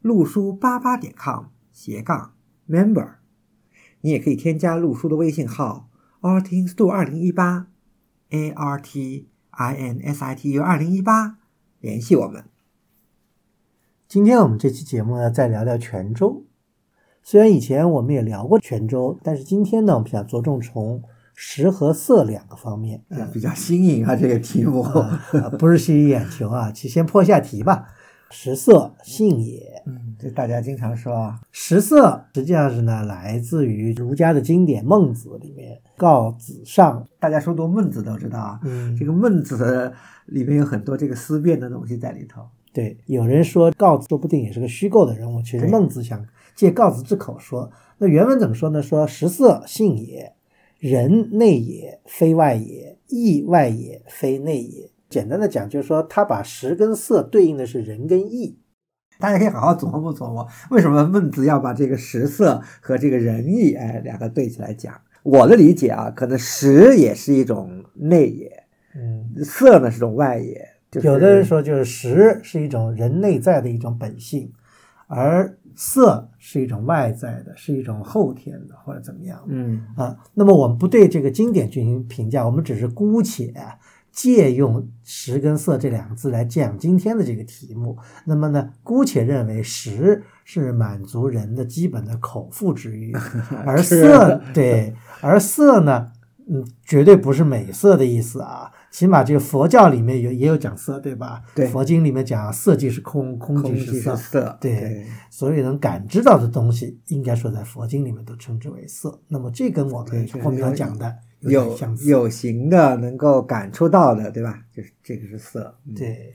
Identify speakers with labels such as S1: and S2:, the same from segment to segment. S1: 陆叔八八点 com 斜杠 member。你也可以添加陆叔的微信号 artinstu 二零一八 a r t i n s i t u 二零一八联系我们。
S2: 今天我们这期节目呢，再聊聊泉州。虽然以前我们也聊过泉州，但是今天呢，我们想着重从食和色两个方面，
S1: 呃比较新颖啊，这个题目。
S2: 啊不是吸引眼球啊，其实先破一下题吧。食色，性也。
S1: 嗯，这大家经常说啊，
S2: 食色实际上是呢，来自于儒家的经典《孟子》里面《告子上》。
S1: 大家说读《孟子》都知道啊，
S2: 嗯
S1: 这个《孟子》里面有很多这个思辨的东西在里头。
S2: 对，有人说告子说不定也是个虚构的人物，其实
S1: 对
S2: 孟子想借告子之口说。那原文怎么说呢？说食色，性也，人内也，非外也；意外也，非内也。简单的讲，就是说他把食跟色对应的是人跟意。
S1: 大家可以好好琢磨琢磨，为什么孟子要把这个食色和这个仁义哎两个对起来讲？我的理解啊，可能食也是一种内也，
S2: 嗯，
S1: 色呢是种外也。就是、
S2: 有的人说就是食是一种人内在的一种本性，而色是一种外在的，是一种后天的或者怎么样的。
S1: 嗯，
S2: 啊，那么我们不对这个经典进行评价，我们只是姑且借用“识”跟“色”这两个字来讲今天的这个题目。那么呢，姑且认为“识”是满足人的基本的口腹之 欲，而“
S1: 是啊
S2: 色”对，而“色”呢，嗯，绝对不是美色的意思啊。起码这个佛教里面有也有讲色，对吧？
S1: 对
S2: 佛经里面讲色即是空，空
S1: 空
S2: 即
S1: 即
S2: 是
S1: 是
S2: 色，
S1: 色，
S2: 对所有能感知到的东西，应该说在佛经里面都称之为色。那么这跟我
S1: 对
S2: 们
S1: 这是
S2: 后面要
S1: 有
S2: 讲的有
S1: 有
S2: 点相似。
S1: 有形的能够感触到的，对吧？就是这个是色，嗯，
S2: 对，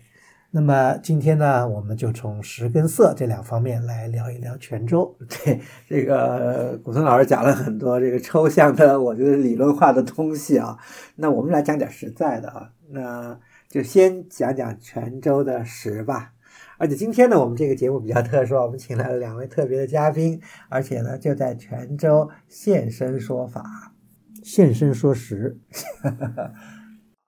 S2: 那么今天呢，我们就从识跟色这两方面来聊一聊泉州。
S1: 对，这个呃古村老师讲了很多这个抽象的，我觉得理论化的东西啊。那我们来讲点实在的啊。那就先讲讲泉州的食吧。而且今天呢，我们这个节目比较特殊啊，我们请来了两位特别的嘉宾，而且呢就在泉州现身说法。
S2: 现身说实，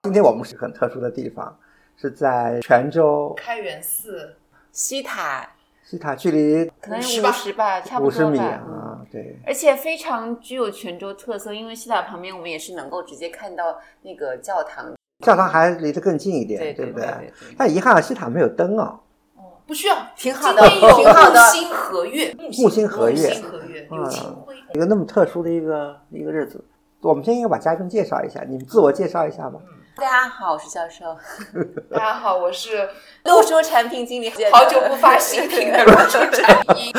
S1: 今天我们是很特殊的地方，是在泉州
S3: 开元寺、西塔，
S1: 西塔，距离
S3: 可能
S4: 50
S3: 有
S4: 吧
S3: 五十吧，差
S1: 五
S3: 不
S1: 十
S3: 多
S1: 米
S3: 吧。
S1: 啊，对，
S4: 而且非常具有泉州特色，因为西塔旁边我们也是能够直接看到那个教堂，
S1: 教堂还离得更近一点，
S4: 对
S1: 不
S4: 对对，
S1: 但遗憾啊，西塔没有灯啊。
S3: 不需要，
S4: 挺好的，
S3: 今天 有
S4: 挺好的
S3: 木。星
S4: 和月，
S1: 木星合月嗯
S3: 木星合月有清辉。
S1: 一个那么特殊的一个一个日子。我们先应该把嘉宾介绍一下，你们自我介绍一下吧。
S4: 大家好，我是教 授，
S3: 大家好，我是
S4: 陆州产品经理，
S3: 好久不发新品的罗主 展一，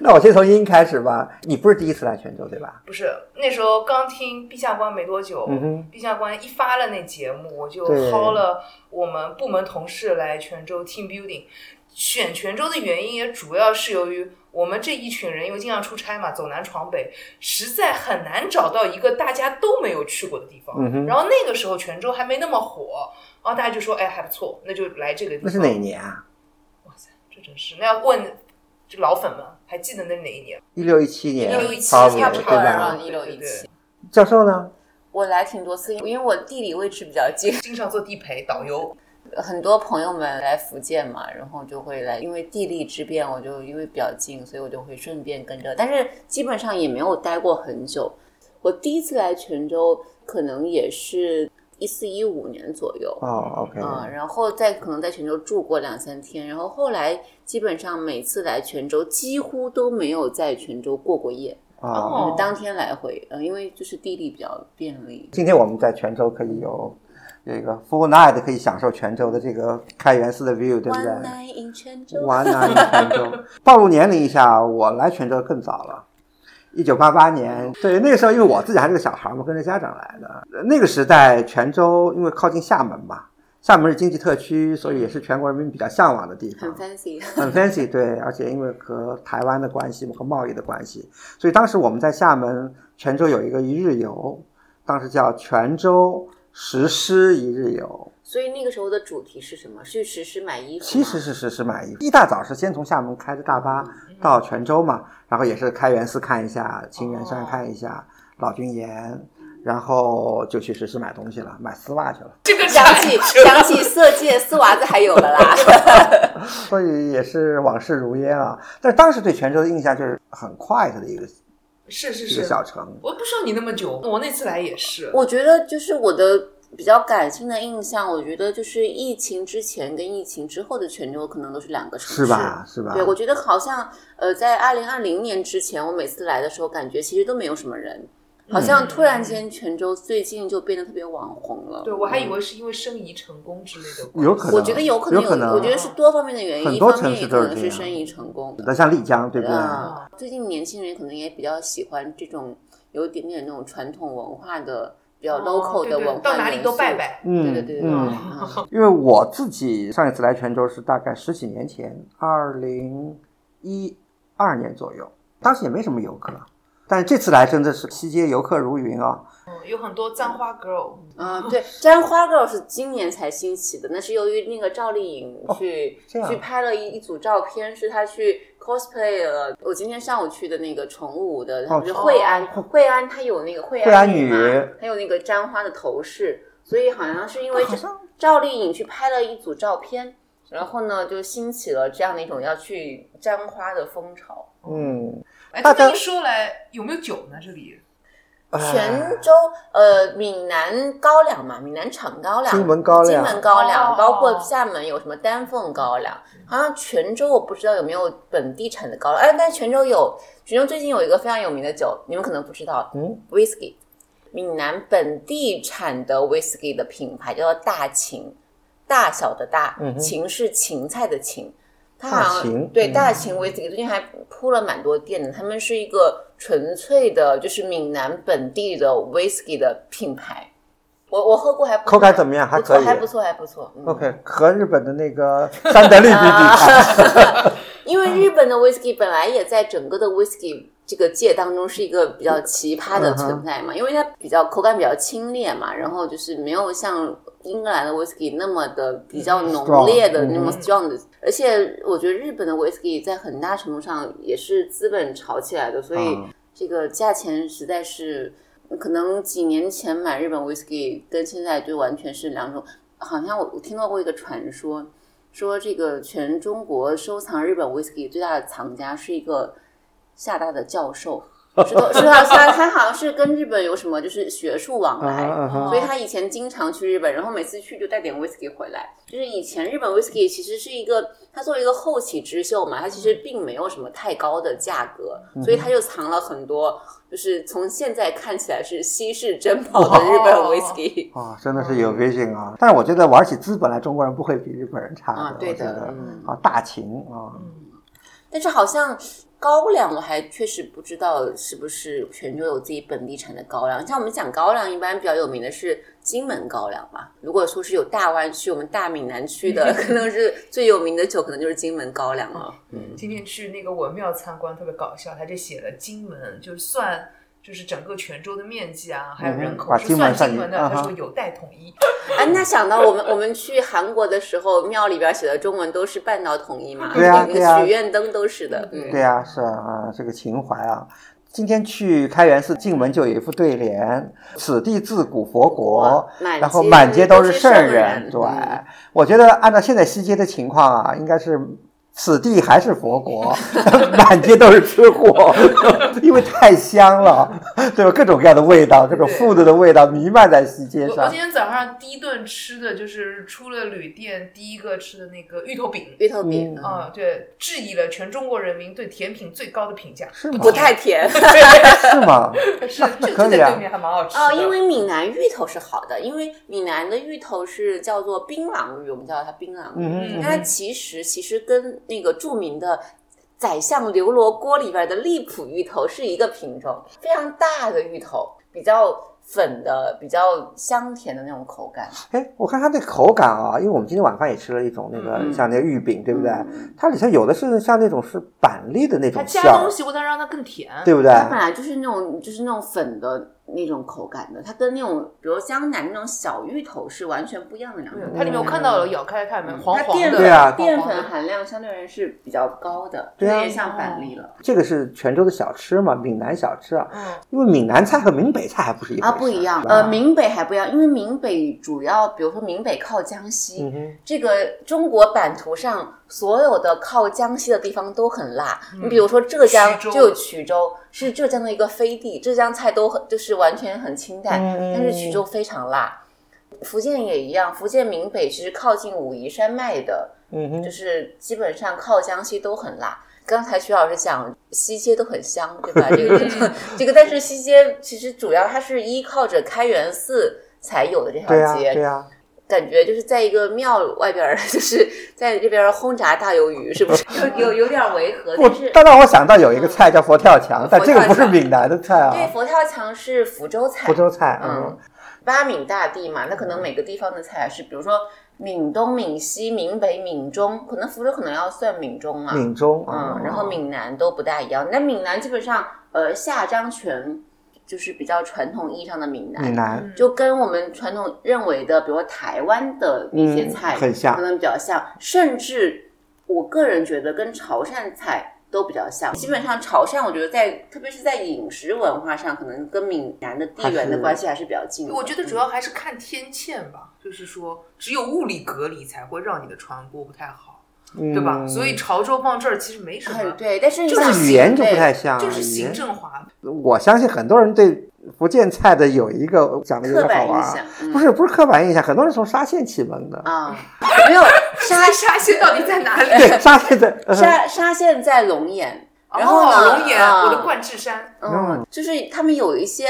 S1: 那我先从英开始吧。你不是第一次来泉州对吧？
S3: 不是那时候刚听《陛下官》没多久。
S1: 嗯哼，
S3: 陛下官一发了那节目，我就
S1: 对
S3: 薅了我们部门同事来泉州 team building。选泉州的原因也主要是由于我们这一群人，因为经常出差嘛，走南闯北，实在很难找到一个大家都没有去过的地方。
S1: 嗯哼
S3: 然后那个时候泉州还没那么火，然后大家就说：“哎，还不错，那就来这个地方。”
S1: 那是哪一？年啊？
S3: 哇塞，这真是那要问这老粉们还记得那是哪一年？
S1: 一六一七
S4: 啊
S1: 年，
S3: 1617
S1: probably，
S4: 差不多
S1: 对吧
S4: 了，？嗯一六一
S3: 啊对对
S4: 七
S3: 对。
S1: 教授呢？
S4: 我来挺多次，因为我地理位置比较近，
S3: 经常做地陪导游，
S4: 很多朋友们来福建嘛，然后就会来，因为地利之便，我就因为比较近，所以我就会顺便跟着，但是基本上也没有待过很久。我第一次来泉州，可能也是一四一五年左右，
S1: 哦，OK，
S4: 嗯，然后在可能在泉州住过两三天，然后后来基本上每次来泉州几乎都没有在泉州过过夜，
S1: 哦。
S3: 哦
S4: 当天来回，嗯，因为就是地理比较便利。
S1: 今天我们在泉州可以有这个 full night，可以享受泉州的这个开元寺的 view，对不
S4: One
S1: 对？
S4: night in 泉 州，
S1: 完了，泉州。暴露年龄一下，我来泉州更早了，一九八八年。对，那个时候因为我自己还是个小孩嘛，跟着家长来的。那个时代，泉州因为靠近厦门嘛，厦门是经济特区，所以也是全国人民比较向往的地
S4: 很
S1: 方。
S4: fancy，
S1: 很 fancy，对，而且因为和台湾的关系和贸易的关系，所以当时我们在厦门、泉州有一个一日游，当时叫泉州石狮一日游，
S4: 所以那个时候的主题是什么？是去实施买衣服吗？
S1: 其实是石狮买衣服。一大早是先从厦门开着大巴到泉州嘛，然后也是开元寺看一下，清源
S4: 哦
S1: 山看一下，老君岩，然后就去石狮买东西了，买丝袜去了。
S3: 这 个
S4: 想 起想起色戒丝袜子还有了啦，
S1: 所以也是往事如烟啊。但是当时对泉州的印象就是很快的一个
S3: 是是
S1: 一个
S3: 是，
S1: 小城，
S3: 我不需要你那么久，我那次来也是，
S4: 我觉得就是我的比较感性的印象，我觉得就是疫情之前跟疫情之后的泉州可能都是两个城市
S1: 是吧？是吧？
S4: 对，我觉得好像呃，在二零二零年之前，我每次来的时候，感觉其实都没有什么人，好
S1: 嗯
S4: 像突然间泉州最近就变得特别网红了。嗯
S3: 对我还以为是因为申遗成功之类的关系，
S1: 嗯有可能
S4: 我觉得有可能
S1: 有可能啊
S4: 我觉得是多方面的原因，
S1: 很
S4: 一
S1: 多
S4: 方面
S1: 城市
S4: 也
S1: 都
S4: 可
S1: 是这
S4: 能是
S1: 样
S4: 生意成功。
S1: 那像丽江对不对？
S3: 嗯
S4: 啊，最近年轻人可能也比较喜欢这种有一点点那种传统文化的、比较 local
S3: 哦对
S4: 的
S3: 对
S4: 文化元素。
S3: 到哪里都拜拜，
S1: 嗯，
S4: 对对对对，
S1: 嗯，
S4: 嗯
S1: 因为我自己上一次来泉州是大概十几年前，二零一二年左右，当时也没什么游客，但是这次来真的是西街游客如云啊，
S3: 嗯有很多簪花 girl，嗯
S4: 啊，
S1: 哦
S4: 对，簪花 girl 是今年才兴起的，那是由于那个赵丽颖去、
S1: 哦这样啊
S4: 去拍了一一组照片，是她去 cosplay 了。我今天上午去的那个崇武的，她不是
S1: 哦
S4: 惠安，惠安她有那个惠
S1: 惠安
S4: 女嘛
S1: 女，
S4: 她有那个簪花的头饰，所以好像是因为
S1: 好
S4: 这
S1: 像
S4: 赵丽颖去拍了一组照片，然后呢就兴起了这样的一种要去簪花的风潮。
S1: 嗯，
S3: 哎，
S1: 大
S3: 这
S1: 家
S3: 么一说来，有没有酒呢？这里
S1: 哎
S4: 泉州呃，闽南高粱嘛，闽南产高粱，
S1: 金门高粱
S4: 金门高粱，
S3: 哦
S4: 包括厦门有什么丹凤高粱，好像泉州我不知道有没有本地产的高粱，哎，但泉州有，泉州最近有一个非常有名的酒，你们可能不知道，
S1: 嗯
S4: ，whisky，闽南本地产的 whisky 的品牌叫做大秦，大小的大，
S1: 嗯哼
S4: 芹是芹菜的芹。它好
S1: 大秦
S4: 像对
S1: 嗯
S4: 大秦 whisky 最近还铺了蛮多店的，他们是一个纯粹的，就是闽南本地的 whisky 的品牌。我我喝过还不错
S1: 口感怎么样还
S4: 不错
S1: 可以
S4: 还不错，还不错。嗯
S1: OK 和日本的那个三得利比比看，
S4: 因为日本的 whisky 本来也在整个的 whisky 这个界当中是一个比较奇葩的存在嘛，因为它比较口感比较清冽嘛，然后就是没有像英格兰的 whisky 那么的比较浓烈的
S1: Strong，
S4: 那么
S3: 嗯
S4: strong 的，而且我觉得日本的 whisky 在很大程度上也是资本炒起来的，所以
S1: 啊
S4: 这个价钱实在是。可能几年前买日本 whisky 跟现在就完全是两种，好像我我听到过一个传说，说这个全中国收藏日本 whisky 最大的藏家是一个厦大的 教授，是个是他他他好像是跟日本有什么就是学术往
S1: 啊
S4: 来。
S1: 啊啊
S4: 所以他以前经常去日本，然后每次去就带点 whisky 回来。就是以前日本 whisky 其实是一个，它作为一个后起之秀嘛，它其实并没有什么太高的价格，
S1: 嗯
S4: 所以他就藏了很多，就是从现在看起来是稀世珍宝的日本
S3: 哦
S4: whisky。
S1: 啊，真的是有 vision 啊！但是我觉得玩起资本来，中国人不会比日本人差的。
S4: 啊对
S1: 我觉
S4: 的
S1: 得
S4: 嗯
S1: 啊，大秦啊，
S3: 嗯
S4: 但是好像高粱，我还确实不知道是不是泉州有自己本地产的高粱。像我们讲高粱，一般比较有名的是金门高粱嘛。如果说是有大湾区，我们大闽南区的， 可能是最有名的酒，可能就是金门高粱了。
S3: 今天去那个文庙参观，特别搞笑，他这写了金门，就是算。就是整个泉州的面积啊，还有人
S1: 嗯把
S3: 口是
S1: 金门
S3: 算
S1: 算
S3: 金门的，
S1: 进去
S3: 他说
S1: 啊哈
S3: 有待统一。
S4: 啊，那想到我们我们去韩国的时候，庙里边写的中文都是半岛统一嘛，
S1: 对啊对啊
S4: 许愿灯都是的，嗯，
S1: 对啊，是啊，啊这个情怀啊。今天去开元寺进门就有一副对联：“此地自古佛国。”
S4: 满
S1: 然后
S4: 街
S1: 满街都
S4: 是
S1: 是圣
S4: 人，
S1: 对
S4: 嗯，
S1: 我觉得按照现在西街的情况啊，应该是此地还是佛国，满街都是吃货，因为太香了，对吧？各种各样的味道，各种
S3: 对
S1: food 的味道弥漫在西街
S3: 我我
S1: 上
S3: 今。天早上第一顿吃的就是出了旅店第一个吃的那个芋头饼，
S4: 芋头饼
S1: 嗯
S3: 啊、对，质疑了全中国人民对甜品最高的评价。
S1: 是吗？
S4: 不太甜。
S1: 是吗？
S3: 是，就就
S1: 可
S3: 在
S1: 以啊
S3: 对面还蛮好吃的。
S4: 哦，因为闽南芋头是好的，因为闽南的芋头是叫做槟榔芋，我们叫它槟榔芋。
S1: 嗯嗯嗯
S4: 但它其实其实跟那个著名的宰相刘罗锅里边的荔浦芋头是一个品种，非常大的芋头，比较粉的，比较香甜的那种口感。
S1: 哎，我看它的口感啊，因为我们今天晚饭也吃了一种那个
S4: 嗯
S1: 像那个玉饼，对不对
S4: 嗯？
S1: 它里头有的是像那种是板栗的那
S3: 它
S1: 种馅
S3: 加
S1: 儿
S3: 东，西，我想让它更甜。
S1: 对不对？
S4: 它本来就是那种就是那种粉的那种口感的，它跟那种比如江南那种小芋头是完全不一样的两种口感。
S3: 它里面我看到了，咬开看没，黄
S4: 嗯它
S3: 黄
S4: 淀
S3: 的，
S1: 嗯
S4: 粉
S1: 对啊
S4: 淀
S3: 黄黄
S4: 粉
S3: 的
S4: 含量相对而言是比较高的，
S1: 对啊
S4: 有点像板栗了
S1: 这个是泉州的小吃嘛，闽南小吃啊。
S3: 嗯，
S1: 因为闽南菜和闽北菜还不是一回事嗯
S4: 啊，不一样。
S1: 是吧
S4: 呃，闽北还不一样，因为闽北主要，比如说闽北靠江西，
S1: 嗯哼，
S4: 这个中国版图上所有的靠江西的地方都很辣，
S3: 嗯
S4: 你比如说浙江
S3: 衢州
S4: 就有衢州，是浙江的一个飞地，浙江菜都很就是完全很清淡，
S1: 嗯
S4: 但是衢州非常辣。福建也一样，福建闽北其实靠近武夷山脉的，
S1: 嗯
S4: 就
S1: 哼，
S4: 是基本上靠江西都很辣。刚才徐老师讲西街都很香，对吧？这个这个 这个，但是西街其实主要它是依靠着开元寺才有的这条
S1: 对呀
S4: 街，
S1: 对啊呀，
S4: 感觉就是在一个庙外边儿， 就是在这边儿轰炸大鱿鱼，是不是？有有有点儿违和，
S1: 我
S4: 但是嗯哦
S1: 倒让我想到有一个菜叫佛跳墙，但这个不是
S4: 佛跳墙
S1: 闽南的菜
S4: 对
S1: 啊，
S4: 佛跳墙是福州菜，
S1: 福州菜。嗯
S4: 嗯，，八闽大地嘛，那可能每个地方的菜是，比如说闽东、闽西、闽北、闽中，可能福州可能要算闽中啊，
S1: 闽中
S4: 嗯，然
S1: 哦
S4: 后闽南都不大一样。那闽南基本上，呃，下张全就是比较传统意义上的闽南，
S1: 闽南，
S3: 嗯
S4: 就跟我们传统认为的，比如说台湾的一些菜、
S1: 嗯很像
S4: 可能比较像，甚至我个人觉得跟潮汕菜都比较像。基本上潮汕，我觉得在特别是在饮食文化上，可能跟闽南的地缘的关系还是比较近的。
S3: 我觉得主
S4: 嗯
S3: 要还是看天堑吧，就是说只有物理隔离才会让你的传播不太好，
S1: 对
S3: 对吧？所以潮州放这儿其实没什
S4: 很
S3: 么，
S4: 哎对，但是你
S1: 嗯就
S4: 想
S1: 是语言就不
S4: 对
S1: 太像，
S3: 就是
S1: 语言
S3: 行政化。
S1: 我相信很多人对福建菜的有一个讲的有
S4: 刻
S1: 点好
S4: 板印
S1: 玩
S4: 象
S1: 儿，，
S4: 嗯
S1: 不是不是刻板印象，很多人从沙县启蒙的。
S4: 啊，没有沙
S3: 沙沙县到底在哪里？
S1: 对，沙县的，呃
S4: 沙沙县在龙眼，然后呢
S3: 哦龙眼，
S4: 啊
S3: 我的冠志山，
S4: 嗯，就是他们有一些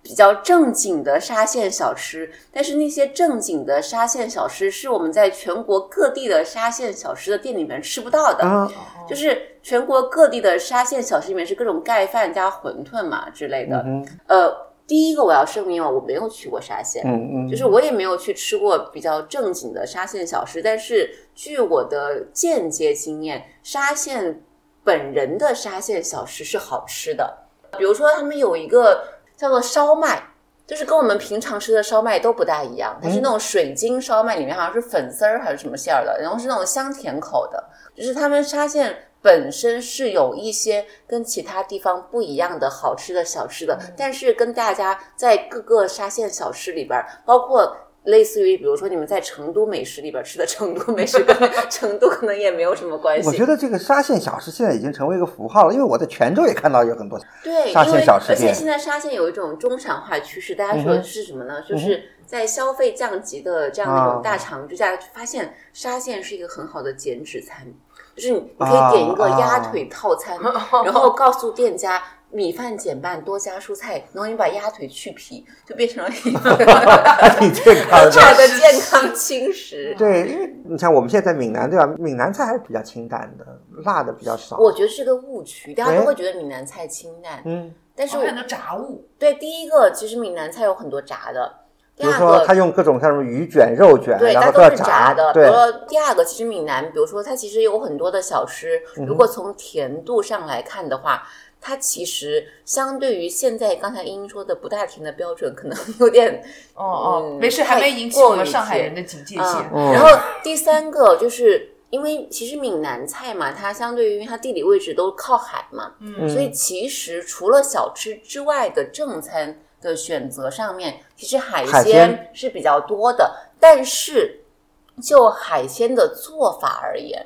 S4: 比较正经的沙县小吃，但是那些正经的沙县小吃是我们在全国各地的沙县小吃的店里面吃不到的。
S1: 啊，
S3: 哦
S4: 就是全国各地的沙县小吃里面是各种盖饭加馄饨嘛之类的。
S1: 嗯
S4: 呃，第一个我要声明哦，我没有去过沙县，
S1: 嗯嗯，
S4: 就是我也没有去吃过比较正经的沙县小吃，但是据我的间接经验，沙县本人的沙县小吃是好吃的。比如说，他们有一个叫做烧麦，就是跟我们平常吃的烧麦都不大一样，它是那种水晶烧麦，里面好像是粉丝儿还是什么馅儿的，然后是那种香甜口的，就是他们沙县本身是有一些跟其他地方不一样的好吃的小吃的，但是跟大家在各个沙县小吃里边儿，包括。类似于，比如说你们在成都美食里边儿吃的成都美食，跟成都可能也没有什么关系。
S1: 我觉得这个沙县小吃现在已经成为一个符号了，因为我在泉州也看到有很多，
S4: 对，
S1: 沙
S4: 因
S1: 县
S4: 为
S1: 小吃
S4: 而且
S1: 店嗯
S4: 现在沙县有一种中产化趋势，大家说的是什么呢？就是在消费降级的这样的一
S1: 啊
S4: 种大厂之下，发现沙县是一个很好的减脂餐，就是你你
S1: 啊
S4: 可以点一个鸭腿套餐，然后告诉店家。米饭减半，多加蔬菜，然后你把鸭腿去皮，就变成了一个
S1: 挺健康
S4: 很
S1: 的。
S4: 好的健康轻食。
S1: 对，因为你像我们现在在闽南对吧？闽南菜还是比较清淡的，辣的比较少。
S4: 我觉得是个误区，大家
S1: 哎
S4: 都会觉得闽南菜清淡，
S1: 嗯，
S4: 但是
S3: 是
S4: 我
S3: 很多杂物，
S4: 对第一个，其实闽南菜有很多炸的。第
S1: 比如
S4: 二
S1: 说
S4: 个，
S1: 他用各种像什么鱼卷、肉卷，
S4: 对，
S1: 然后
S4: 它
S1: 都
S4: 都
S1: 要
S4: 是炸的。比
S1: 对
S4: 如，说第二个，其实闽南，比如说它其实有很多的小吃，如
S1: 嗯
S4: 果从甜度上来看的话，它其实相对于现在刚才英英说的不大甜的标准，可能 有点
S3: 哦哦
S4: 嗯，
S3: 没事，还没引起
S4: 太过
S3: 我们
S4: 于
S3: 上海
S4: 甜
S3: 人的警戒
S4: 嗯
S3: 线。
S1: 嗯
S4: 然后第三个就是。因为其实闽南菜嘛，它相对于它地理位置都靠海嘛，
S1: 嗯
S4: 所以其实除了小吃之外的正餐的选择上面，其实海
S1: 海鲜
S4: 鲜是比较多的。但是就海鲜的做法而言，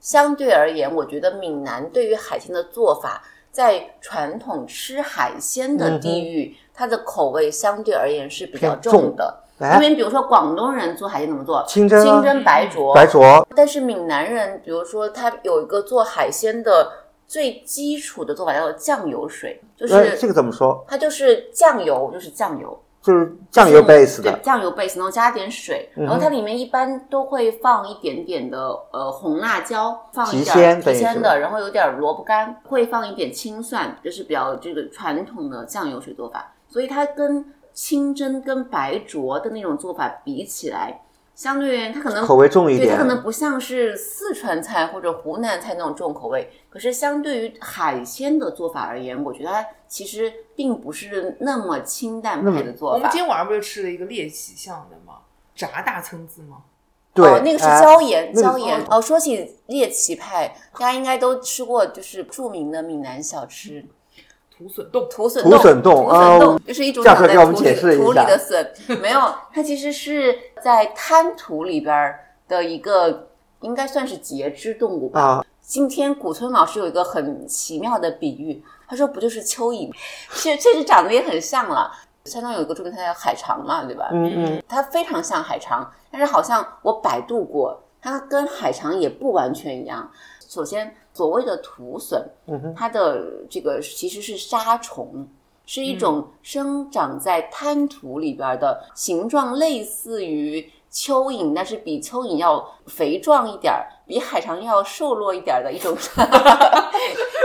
S4: 相对而言，我觉得闽南对于海鲜的做法，在传统吃海鲜的地域，它的口味相对而言是比较
S1: 嗯偏重
S4: 重的。因
S1: 哎，
S4: 为比如说广东人做海鲜怎么做？
S1: 清蒸啊
S4: 清蒸白灼，
S1: 白灼，
S4: 但是闽南人，比如说他有一个做海鲜的最基础的做法叫做酱油水，就是、
S1: 呃，这个怎么说？
S4: 它就是酱油，就是酱油，
S1: 就是酱油
S4: 就是
S1: base
S4: 对
S1: 的，嗯
S4: 酱油 base，然后加点水，然后它里面一般都会放一点点的呃红辣椒，放一
S1: 提鲜
S4: 点
S1: 等
S4: 提
S1: 于是
S4: 鲜的，然后有点萝卜干，会放一点青蒜，就是比较这个传统的酱油水做法，所以它跟。清蒸跟白灼的那种做法比起来，相对而言，它可能
S1: 口味重一
S4: 对，它
S1: 点
S4: 可，能不像是四川菜或者湖南菜那种重口味，可是相对于海鲜的做法而言，我觉得它其实并不是那么清淡派的
S3: 我
S4: 做
S3: 们
S4: 法
S3: 今。天晚上不是吃了一个猎奇向的吗？炸大葱子吗？
S1: 对，
S4: 哦，那个是
S1: 哎
S4: 椒盐，
S1: 那个
S4: 椒盐。哦，说起猎奇派，大家应该都吃过，就是著名的闽南小吃
S3: 土笋冻，
S4: 土笋
S1: 土
S4: 冻。
S1: 笋冻
S4: 土笋冻
S1: 呃
S4: 就是一种
S1: 教
S4: 长
S1: 授
S4: 在
S1: 给我们
S4: 土
S1: 解
S4: 里
S1: 释一
S4: 土里
S1: 下
S4: 的笋，没有，它其实是在滩涂里边儿的一个，应该算是节肢动物吧。
S1: 啊，
S4: 今天古村老师有一个很奇妙的比喻，他说不就是蚯蚓，确确实长得也很像了。山东有一个著名菜叫海肠嘛，对吧？
S1: 嗯嗯，
S4: 它非常像海肠，但是好像我百度过，它跟海肠也不完全一样。首先，所谓的土笋，
S1: 嗯哼
S4: 它的这个其实是沙虫，是一种生长在滩涂里边的，形状类似于蚯蚓，但是比蚯蚓要肥壮一点儿，比海肠要瘦弱一点儿的一种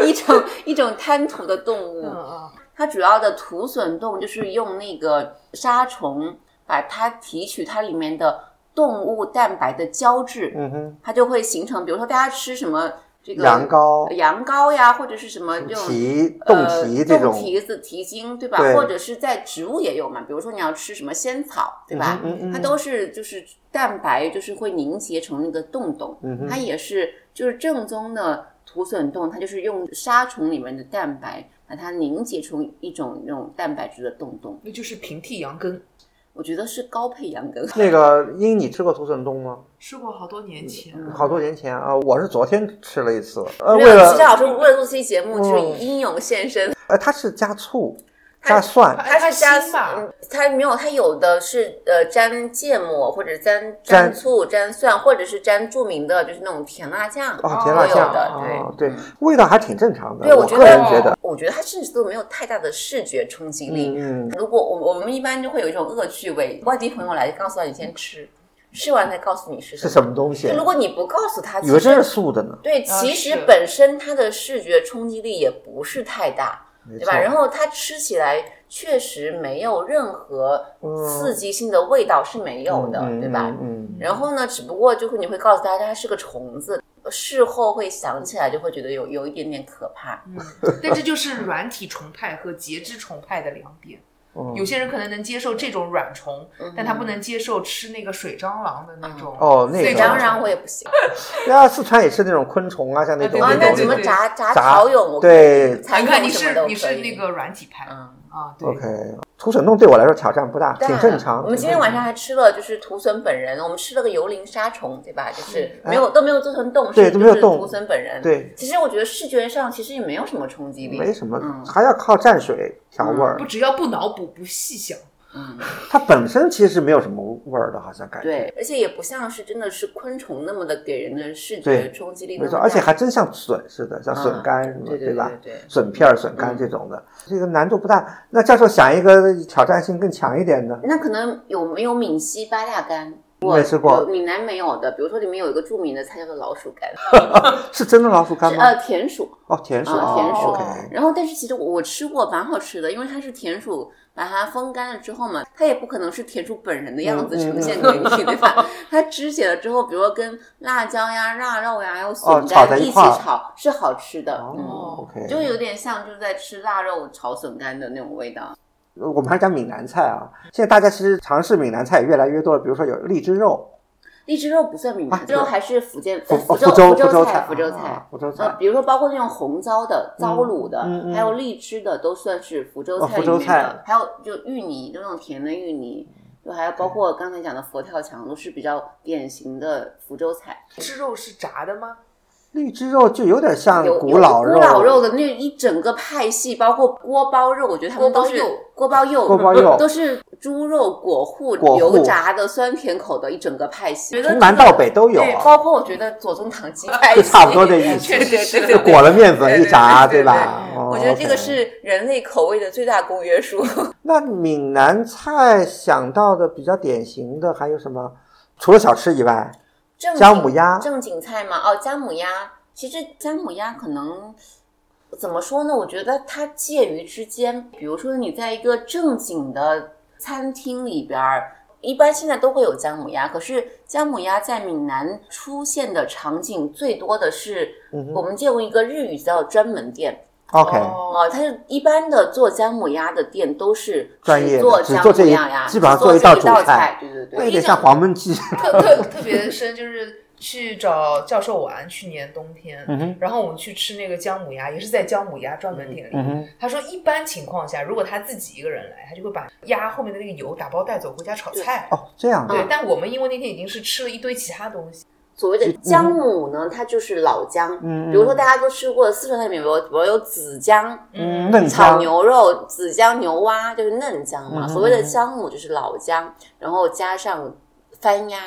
S4: 一种一种滩涂的动物。
S3: 嗯嗯，
S4: 它主要的土笋冻就是用那个杀虫把它提取它里面的动物蛋白的胶质，
S1: 嗯哼，
S4: 它就会形成，比如说大家吃什么这个
S1: 羊羔、
S4: 羊羔呀，或者是什么这种
S1: 蹄、冻
S4: 呃
S1: 蹄这种，
S4: 冻蹄子、蹄筋，对吧？
S1: 对
S4: 或者是在植物也有嘛，比如说你要吃什么仙草，对吧？
S1: 嗯哼嗯
S4: 它
S1: 嗯
S4: 都是就是蛋白，就是会凝结成那个冻冻，
S1: 嗯哼
S4: 它也是就是正宗的土笋冻，它就是用沙虫里面的蛋白把它凝结成一种那种蛋白质的冻冻，
S3: 那就是平替羊羹，
S4: 我觉得是高配羊羹。
S1: 那个英，你吃过土笋冻吗？
S3: 吃过好多年前，
S1: 嗯好多年前啊，我是昨天吃了一次。呃，
S4: 没
S1: 为
S4: 有，
S1: 了
S4: 齐老师为了做这期节目，就
S1: 嗯
S4: 是英勇献身，
S1: 呃，它是加醋、
S4: 它
S1: 加蒜、
S4: 它是加
S3: 它腥吧
S4: 嗯它没有，它有的是呃沾芥末或者沾
S1: 沾
S4: 沾醋、沾蒜，或者是沾著名的就是那种甜辣酱。
S1: 哦，甜辣
S4: 都有
S1: 酱，
S4: 的
S1: 哦，
S4: 对嗯
S1: 对，味道还挺正常
S4: 对，
S1: 的。
S4: 我
S1: 我
S4: 觉
S1: 个
S4: 得
S1: 人觉得，
S4: 我觉得它甚至都没有太大的视觉冲击力。
S1: 嗯嗯，
S4: 如果我我们一般就会有一种恶趣味，外地朋友来告诉他你先吃，吃完再告诉你是
S1: 是
S4: 什
S1: 什
S4: 么。
S1: 么东西啊
S4: 就？如果你不告诉他，
S1: 以为
S4: 其实
S1: 真是素的呢，
S4: 对，
S3: 啊
S4: 其实
S3: 是
S4: 本身它的视觉冲击力也不是太大。
S1: 没
S4: 对
S1: 错
S4: 吧？。然后它吃起来确实没有任何
S1: 嗯
S4: 刺激性的味道是没有的，
S1: 嗯
S4: 对吧？
S1: 嗯，
S4: 然后呢，只不过就是你会告诉大家它是个虫子，事后会想起来就会觉得有有一点点可怕。
S3: 嗯，但这就是软体虫派和节肢虫派的两点。
S1: 嗯
S3: 有些人可能能接受这种软虫，
S4: 嗯
S3: 但他不能接受吃那个水蟑螂的那种。
S1: 哦那个
S3: 所以
S1: 对
S4: 当然我也不行
S1: 然后四川也吃那种昆虫啊，像那种
S3: 啊
S4: 啊
S1: 那，
S4: 那
S1: 种
S4: 什么
S3: 对
S4: 炸炸
S1: 炸
S4: 陶俑，我可以
S1: 对
S4: 蚕
S3: 你啊看你
S4: 蛹什么的我
S3: 是你
S4: 可
S3: 是
S4: 以
S3: 那个软体派
S4: 嗯。
S3: 啊，对
S1: OK，土笋冻对我来说挑战不大，
S4: 对
S1: 挺正常。
S4: 我们今天晚上还吃了，就是土笋本人，我们吃了个油淋沙虫，对吧？就是没嗯哎有都没有做成冻，
S1: 对
S4: 是
S1: 都没有
S4: 就是
S1: 冻
S4: 土笋本人。，
S1: 对
S4: 其实我觉得视觉上其实也没有什么冲击力，
S1: 没什么
S4: 嗯，
S1: 还要靠蘸水调味儿
S3: 不。只要不脑补不细想，
S4: 嗯，
S1: 它本身其实没有什么味儿的，好像感觉。
S4: 对，而且也不像是真的是昆虫那么的给人的视觉
S1: 对
S4: 冲击力那
S1: 没
S4: 么
S1: 错，
S4: 大，
S1: 而且还真像笋似的，像笋干什么，
S4: 啊对对嗯
S1: 吧？
S4: 对
S1: 笋片儿、笋干这种的，这个难度不大。那教授想一个挑战性更强一点的，
S4: 那可能有没有闽西八大干？
S1: 没吃
S4: 有
S1: 过，
S4: 闽南没有的，比如说里面有一个著名的菜叫做老鼠干，
S1: 是真的老鼠干
S4: 是
S1: 吗？
S4: 呃田鼠，
S1: 哦，田鼠，
S4: 啊田鼠
S1: 哦 OK，
S4: 然后但是其实我吃过，蛮好吃的，因为它是田鼠把它风干了之后嘛，它也不可能是田鼠本人的样子
S1: 嗯嗯
S4: 呈现
S1: 嗯
S4: 给你， 对吧？它肢解了之后，比如说跟辣椒呀、腊肉呀、还有
S1: 哦
S4: 笋
S1: 炒在
S4: 干
S1: 一
S4: 一起
S1: 块儿
S4: 炒，是好吃的。嗯
S1: 哦，OK，
S4: 就有点像就是在吃腊肉炒笋干的那种味道。
S1: 我们还是讲闽南菜啊。现在大家其实尝试闽南菜也越来越多了，比如说有荔枝肉，
S4: 荔枝肉不算闽
S1: 啊
S4: 南，之后还是福建、
S1: 福哦
S4: 呃福
S1: 福
S4: 州、
S1: 州福
S4: 菜、
S1: 菜，
S4: 福州
S1: 啊
S4: 菜。
S1: 福州
S4: 呃，
S1: 菜，
S4: 比如说包括那种红糟的、糟卤的
S1: 嗯嗯，嗯
S4: 还有荔枝的，都算是福州
S1: 哦
S4: 菜
S1: 福
S4: 里
S1: 州
S4: 面
S1: 菜
S4: 的。还有就芋泥，就那种甜的芋泥，就还有包括刚才讲的佛跳墙，都是比较典型的福州菜。
S3: 吃肉是炸的吗？
S1: 荔枝肉就有点像
S4: 有
S1: 古老
S4: 有
S1: 肉，
S4: 古老肉的那一整个派系，包括锅包肉，我觉得他们都是
S3: 锅包
S4: 锅包肉，
S3: 肉
S1: 锅包肉
S4: 都是猪肉裹糊
S1: 裹糊
S4: 油炸的酸甜口的一整个派系。觉得
S1: 从南到北都有
S4: 对，
S1: 啊，
S4: 包括我觉得左宗棠鸡派
S1: 就
S4: 系，
S1: 差不多这意思，
S4: 对对对
S1: 就
S4: 对对。
S1: 裹了面粉一炸，
S4: 对对对对
S1: 吧？哦
S4: 我觉得这个
S1: OK
S4: 是人类口味的最大公约数。
S1: 那闽南菜想到的比较典型的还有什么？除了小吃以外，
S4: 正经
S1: 姜母鸭
S4: 正经菜嘛，哦，姜母鸭，其实姜母鸭可能怎么说呢？我觉得它介于之间，比如说你在一个正经的餐厅里边儿，一般现在都会有姜母鸭，可是姜母鸭在闽南出现的场景最多的是，
S1: 嗯
S4: 我
S1: 哼
S4: 们见过一个日语叫专门店，
S1: ，OK，
S4: 哦
S3: 哦，，
S4: 它是一般的做姜母鸭的店都是
S1: 专业的
S4: 做
S1: 只
S4: 姜
S1: 做这
S4: 母
S1: 一
S4: 鸭呀，
S1: 基本上
S4: 只
S1: 做
S4: 做
S1: 一道
S4: 这
S1: 主菜
S4: 菜，对对
S1: 那
S4: 对。
S1: 有点像黄焖鸡。
S3: 特特特别深，就是去找教授玩，去年冬天，
S1: 嗯哼，
S3: 然后我们去吃那个姜母鸭，也是在姜母鸭专门店里。
S1: 嗯哼，
S3: 他说，一般情况下，如果他自己一个人来，他就会把鸭后面的那个油打包带走，回家炒菜。
S1: 哦，这样
S3: 对
S1: 的，，
S3: 但我们因为那天已经是吃了一堆其他东西，
S4: 所谓的姜母呢，它就是老姜，
S1: 嗯，
S4: 比如说大家都吃过四川那边有，比如有紫姜
S1: 嗯，嫩
S4: 炒
S1: 姜，
S4: 牛肉、紫姜牛蛙，就是嫩姜嘛。
S1: 嗯
S4: 所谓的姜母就是老姜，然后加上番鸭。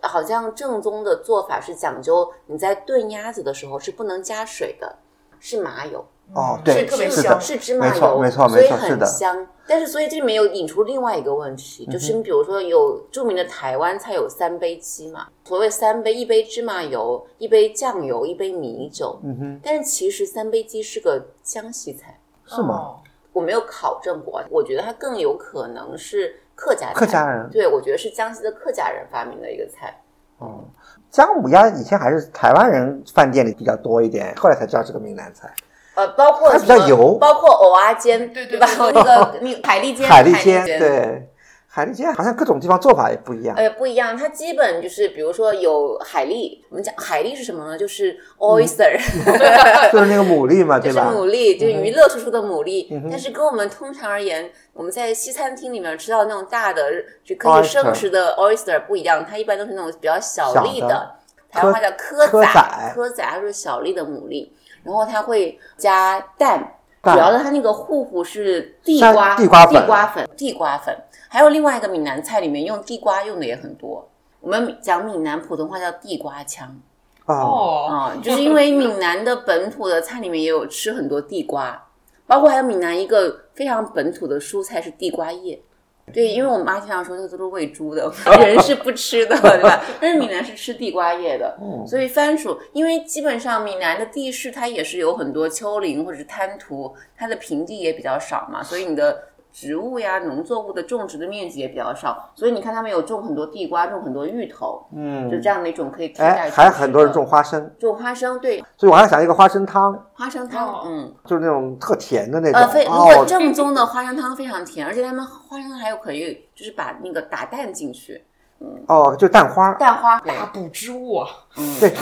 S4: 好像正宗的做法是讲究你在炖鸭子的时候是不能加水的，是麻油。
S1: 哦
S3: 嗯
S1: 对
S3: 是特别
S1: 是的
S3: 香。
S4: 是芝麻
S1: 没
S4: 油，
S1: 错没错
S4: 所以
S1: 没错是
S4: 很
S1: 的嗯
S4: 香。但是所以这里面有引出另外一个问题，就是你比如说有著名的台湾菜有三杯鸡嘛，所谓三杯，一杯芝麻油，一杯酱油，一杯米酒。
S1: 嗯哼，
S4: 但是其实三杯鸡是个湘西菜，
S1: 是吗？
S3: 哦？
S4: 我没有考证过，我觉得它更有可能是客家菜
S1: 客家人
S4: 对，我觉得是江西的客家人发明的一个菜。
S1: 哦，姜母鸭以前还是台湾人饭店里比较多一点，后来才知道是个闽南菜。
S4: 呃，包括
S1: 它比
S4: 什么
S1: 较油
S4: 包括藕啊煎，
S3: 嗯对对
S4: 吧？
S3: 对
S4: 那个那个海蛎煎，
S1: 海蛎煎，
S4: 煎
S1: 对，海蛎煎好像各种地方做法也不一样。
S4: 呃，不一样，它基本就是，比如说有海蛎，我们讲海蛎是什么呢？就是 oyster，、
S1: 就是那个牡蛎嘛，
S4: 哎就
S1: 对
S4: 是
S1: 吧？嗯
S4: 牡蛎，就是娱乐出出的牡蛎。
S1: 嗯哼
S4: 但是跟我们通常而言，我们在西餐厅里面吃到那种大的就可以生吃的 oyster 不一样，它一般都是那种比较小
S1: 小
S4: 粒
S1: 的
S4: 台湾话叫蚵
S1: 蚵
S4: 仔
S1: 仔，
S4: 蚵仔它是小粒的牡蛎，然后它会加蛋，
S1: 蛋
S4: 主要的它那个糊糊是地
S1: 山
S4: 瓜、
S1: 地瓜粉
S4: 地瓜粉、地瓜粉，还有另外一个闽南菜里面用地瓜用的也很多。我们讲闽南普通话叫地瓜腔
S1: 哦，
S3: 哦，
S4: 啊、就是因为闽南的本土的菜里面也有吃很多地瓜，包括还有闽南一个非常本土的蔬菜是地瓜叶。对，因为我妈经常说这都是喂猪的， 人是不吃的，对吧？但是闽南是吃地瓜叶的，
S1: 嗯
S4: 所以番薯，因为基本上闽南的地势它也是有很多丘陵或者是滩涂，它的平地也比较少嘛，所以你的植物呀、农作物的种植的面积也比较少，所以你看他们有种很多地瓜，种很多芋头，
S1: 嗯，
S4: 就这样的一种可以替代
S1: 哎，
S4: 出去的。
S1: 还有很多人种花生，
S4: 种花生，对，
S1: 所以我还想一个花生汤，
S4: 花生汤，
S3: 哦
S4: 嗯，
S1: 就是那种特甜的那种。
S4: 呃，非如果
S1: 哦，
S4: 正宗的花生汤非常甜，而且他们花生汤还有可以就是把那个打蛋进去，
S1: 哦，就蛋花。
S4: 蛋花，
S3: 大补之物啊！
S4: 嗯，
S1: 对，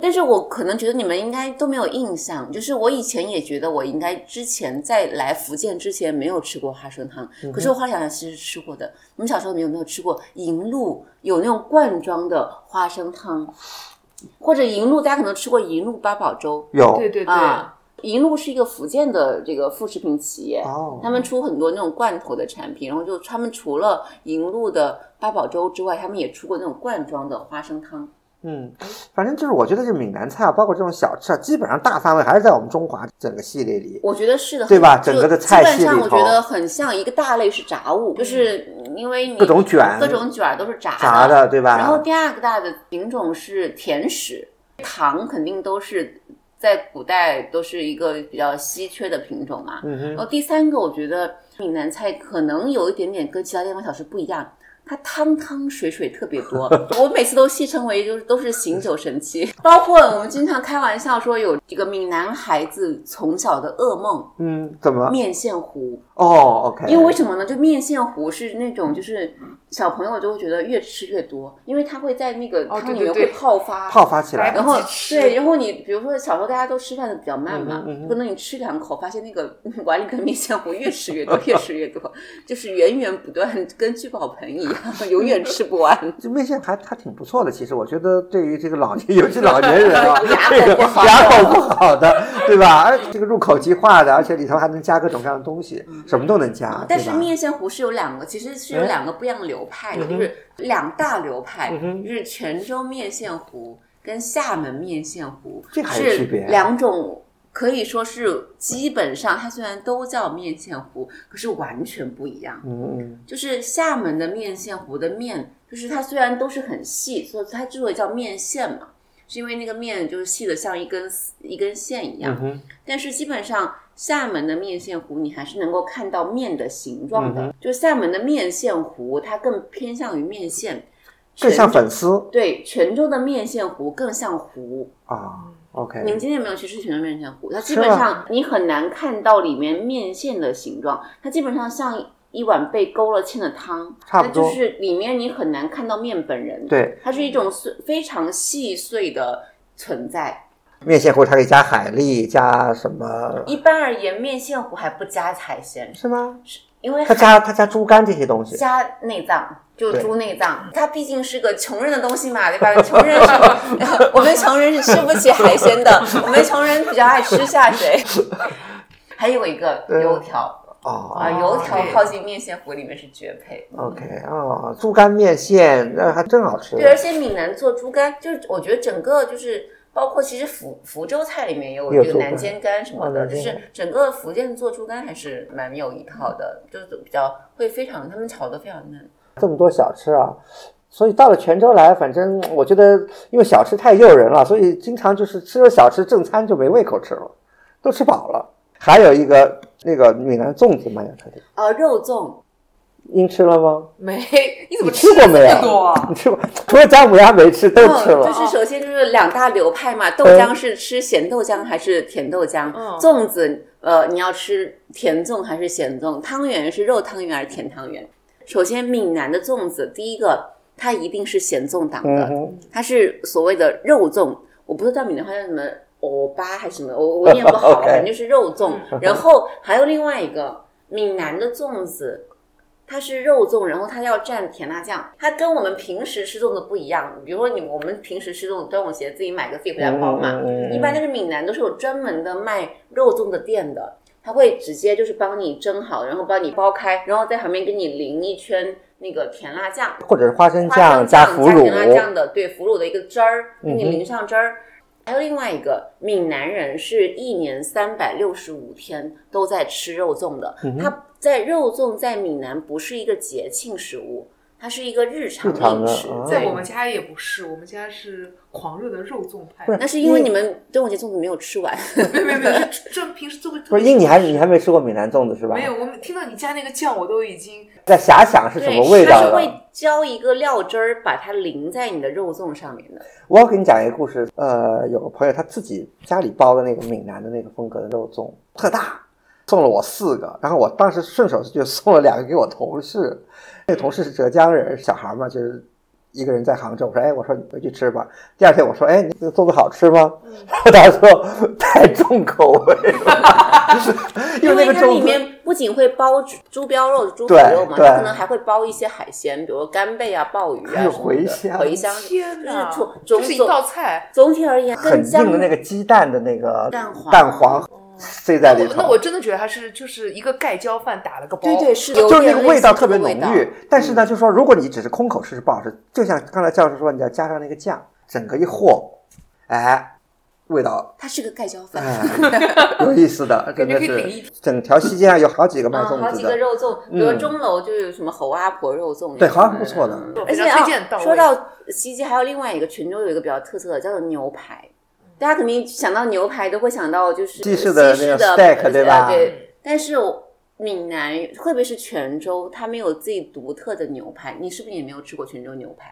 S4: 但是我可能觉得你们应该都没有印象，就是我以前也觉得我应该之前在来福建之前没有吃过花生汤，
S1: 嗯
S4: 可是我后来想想其实吃过的。你们小时候有没有吃过银鹭有那种罐装的花生汤，或者银鹭大家可能吃过银鹭八宝粥
S1: 有
S3: 对对对，
S4: 啊，银鹭是一个福建的这个副食品企业，
S1: 哦，
S4: 他们出很多那种罐头的产品，然后就他们除了银鹭的八宝粥之外，他们也出过那种罐装的花生汤。
S1: 嗯，反正就是我觉得这闽南菜啊，包括这种小吃啊，基本上大范围还是在我们中华整个系列里。
S4: 我觉得是的，
S1: 对吧
S4: 很
S1: 整
S4: 就
S1: 个的菜系
S4: 基本上
S1: 里
S4: 我
S1: 头嗯
S4: 觉得很像一个大类是炸物，就是因为你
S1: 各种卷
S4: 各种卷儿都是炸的。
S1: 炸的，对吧？
S4: 然后第二个大的品种是甜食，糖肯定都是在古代都是一个比较稀缺的品种嘛。
S1: 嗯
S4: 然
S1: 哼，
S4: 后第三个，我觉得闽南菜可能有一点点跟其他地方小吃不一样。它汤汤水水特别多，我每次都戏称为就是都是醒酒神器，包括我们经常开玩笑说有这个闽南孩子从小的噩梦，
S1: 嗯，怎
S3: 啊
S1: 么？
S4: 面线糊，
S1: 哦，OK，
S3: 哎
S4: 因为为什么呢？就面线糊是那种，就是小朋友就会觉得越吃越多，因为它会在那个
S3: 哦
S4: 汤
S3: 对
S4: 里面
S3: 对
S4: 会
S3: 对
S4: 泡发。
S1: 泡发起来
S3: 来
S4: 然后
S3: 自己吃
S4: 对，然后你比如说小时候大家都吃饭的比较慢嘛，
S1: 嗯哼嗯哼
S4: 可能你吃两口，发现那个 嗯碗里跟面线糊越吃越多，越吃越多，就是源源不断，跟聚宝盆一样， 永远吃不完。
S1: 这面线还还挺不错的，其实我觉得对于这个老年， 尤其老年人啊
S4: 牙，口
S1: 这个
S4: 不好
S1: 牙口不好的，对吧？而这个入口即化的，而且里头还能加各种各样的东西，什么都能加，
S4: 嗯
S1: 啊对
S4: 但是
S1: 吧
S4: 面线糊是有两个，其实是有两个不一样的流派的，
S1: 嗯
S4: 就是两大流派，
S1: 嗯哼
S4: 就是泉州面线糊跟厦门面线糊
S1: 这还有
S4: 是
S1: 区别啊
S4: 两种。可以说是基本上，它虽然都叫面线糊，可是完全不一样。
S1: 嗯嗯
S4: 就是厦门的面线糊的面，就是它虽然都是很细，所以它之所以叫面线嘛，是因为那个面就是细的像一根丝一根线一样
S1: 嗯。哼，
S4: 但是基本上厦门的面线糊，你还是能够看到面的形状的。
S1: 嗯
S4: 就厦门的面线糊，它更偏向于面线，
S1: 更像
S4: 泉州
S1: 粉丝
S4: 对泉州的面线糊更像糊。
S1: 啊。
S4: 你们
S1: OK，
S4: 今嗯天有没有去吃泉州面线糊？它基
S1: 吃
S4: 本
S1: 了
S4: 上你很难看到里面面线的形状，它基本上像一碗被勾了芡的汤，
S1: 差不多
S4: 它就是里面你很难看到面本人。，
S1: 对，
S4: 它是一种碎非常细碎的存在。
S1: 面线糊它可以加海蛎，加什么？
S4: 一般而言，面线糊还不加海鲜，
S1: 是吗？
S4: 因为
S1: 它加它加猪肝这些东西，
S4: 加内脏，就
S1: 对
S4: 猪内脏，它毕竟是个穷人的东西嘛，对吧？穷人是， 我们穷人是吃不起海 鲜的，我们穷人比较爱吃下水。还有一个
S1: 嗯
S4: 油条啊，
S1: 哦
S4: 油条
S3: 对
S4: 泡进面线糊里面是绝配。
S1: ，OK，哦，猪肝面线那还真好吃。
S4: 对，而且闽南做猪肝，就是我觉得整个就是。包括其实福福州菜里面也有
S1: 也有
S4: 这
S1: 猪
S4: 个
S1: 肝
S4: 南煎肝什么
S1: 哦
S4: 的，
S1: 南
S4: 就
S1: 煎
S4: 是整个福建做猪肝还是蛮有一套的，就是比较会非常他们炒的非常嫩。
S1: 这么多小吃啊，所以到了泉州来，反正我觉得因为小吃太诱人了，所以经常就是吃了小吃正餐就没胃口吃了，都吃饱了。还有一个那个闽南粽子蛮有特点，
S4: 呃，肉粽
S1: 您吃了吗？
S3: 没，你
S1: 你
S3: 怎么
S1: 吃过没
S3: 这么
S1: 有？
S3: 多啊？
S1: 你吃过？除了姜母鸭没吃，都吃
S4: 嗯。
S1: 了。嗯
S4: 就是首先就是两大流派嘛，豆浆是吃咸豆浆还是甜豆浆？
S3: 嗯
S4: 粽子呃，你要吃甜粽还是咸粽？汤圆是肉汤圆还是甜汤圆？首先，闽南的粽子，第一个它一定是咸粽党
S1: 嗯
S4: 的，
S1: 哼，
S4: 它是所谓的肉粽，我不知道闽南话叫什么，欧巴还是什么，我我念不 好，
S1: OK
S4: 反正就是肉粽。然后还有另外一个闽南的粽子，它是肉粽，然后它要蘸甜辣酱，它跟我们平时吃粽子不一样。比如说你我们平时吃粽子端午节自己买个自己回家包嘛，
S1: 嗯
S4: 一般但是闽南都是有专门的卖肉粽的店的，他会直接就是帮你蒸好，然后帮你剥开，然后在旁边给你淋一圈那个甜辣酱。
S1: 或者是花生
S4: 花
S1: 酱
S4: 生酱加
S1: 腐乳，
S4: 甜辣酱啊的，对腐乳的一个汁儿，给
S1: 嗯
S4: 你
S1: 哼
S4: 淋上汁儿。还有另外一个，闽南人是一年三百六十五天都在吃肉粽的。
S1: 嗯哼
S4: 它在肉粽在闽南不是一个节庆食物，它是一个日常
S1: 日常
S4: 饮
S1: 的
S4: 食
S1: 啊。
S3: 在我们家也不是，我们家是狂热的肉粽派
S1: 不，是
S4: 那是因为你们端午节粽子没有吃 完，
S3: 没有没有没有，是这平时做个
S1: 不是，因为你还你还没吃过闽南粽子是吧？
S3: 没有，我们听到你加那个酱，我都已经
S1: 在遐想是什么味
S4: 对，它
S1: 道
S4: 是
S1: 的
S4: 会。浇一个料汁儿，把它淋在你的肉粽上面的。
S1: 我要给你讲一个故事，呃，有个朋友他自己家里包的那个闽南的那个风格的肉粽，特大，送了我四个，然后我当时顺手就送了两个给我同事，那个同事是浙江人，小孩嘛，就是一个人在杭州，我说，哎，我说你回去吃吧。第二天我说，哎，你这个粽子好吃吗？
S4: 嗯
S1: 然后他说太重口味 了， 因为
S4: 因为
S1: 那个
S4: 它里
S1: 粽子。
S4: 面不仅会包猪猪膘肉、猪
S1: 对
S4: 肥肉嘛，
S1: 对
S4: 它可能还会包一些海鲜，比如说干贝啊、鲍鱼
S1: 还
S4: 啊
S1: 有
S4: 什么
S1: 茴香
S4: 的茴香。
S3: 天哪，
S4: 就是从
S3: 这
S4: 种
S3: 是一道菜。
S4: 总体而言，
S1: 很
S4: 跟
S1: 硬
S4: 姜
S1: 的那个鸡蛋的那个
S4: 蛋黄
S1: 蛋黄塞在
S3: 那
S1: 里
S3: 我
S1: 头，
S3: 那我真的觉得它是就是一个盖浇饭打了个包，
S4: 对对是
S1: 就
S4: 有
S1: 是那
S4: 点
S1: 个
S4: 类
S1: 味
S4: 似
S1: 道
S4: 这
S1: 特别
S4: 个
S1: 浓
S4: 味道嗯
S1: 郁，但是呢，就说如果你只是空口吃是不好吃，就像刚才教授说，你要加上那个酱，整个一和，哎，味道
S4: 它是个盖浇饭。
S1: 哎有意思的，真的
S3: 感觉可以
S1: 是整条西街上有好几个卖
S4: 啊，好
S1: 粽
S4: 几
S1: 子
S4: 个
S1: 的，
S4: 肉粽，比如
S1: 嗯
S4: 钟楼就有什么侯阿婆肉粽，
S1: 对好像不错的
S4: 嗯
S3: 我
S4: 而
S3: 非
S4: 且
S3: 常
S4: 啊
S3: 推荐到，位
S4: 说到西街，还有另外一个泉州有一个比较特色的，叫做牛排。大家肯定想到牛排，都会想到就是
S1: 西式
S4: 式
S1: 的那个 steak，
S4: 呃
S1: 对吧
S3: 嗯
S4: 对。但是我闽南，特别是泉州，他们有自己独特的牛排。你是不是也没有吃过泉州牛排？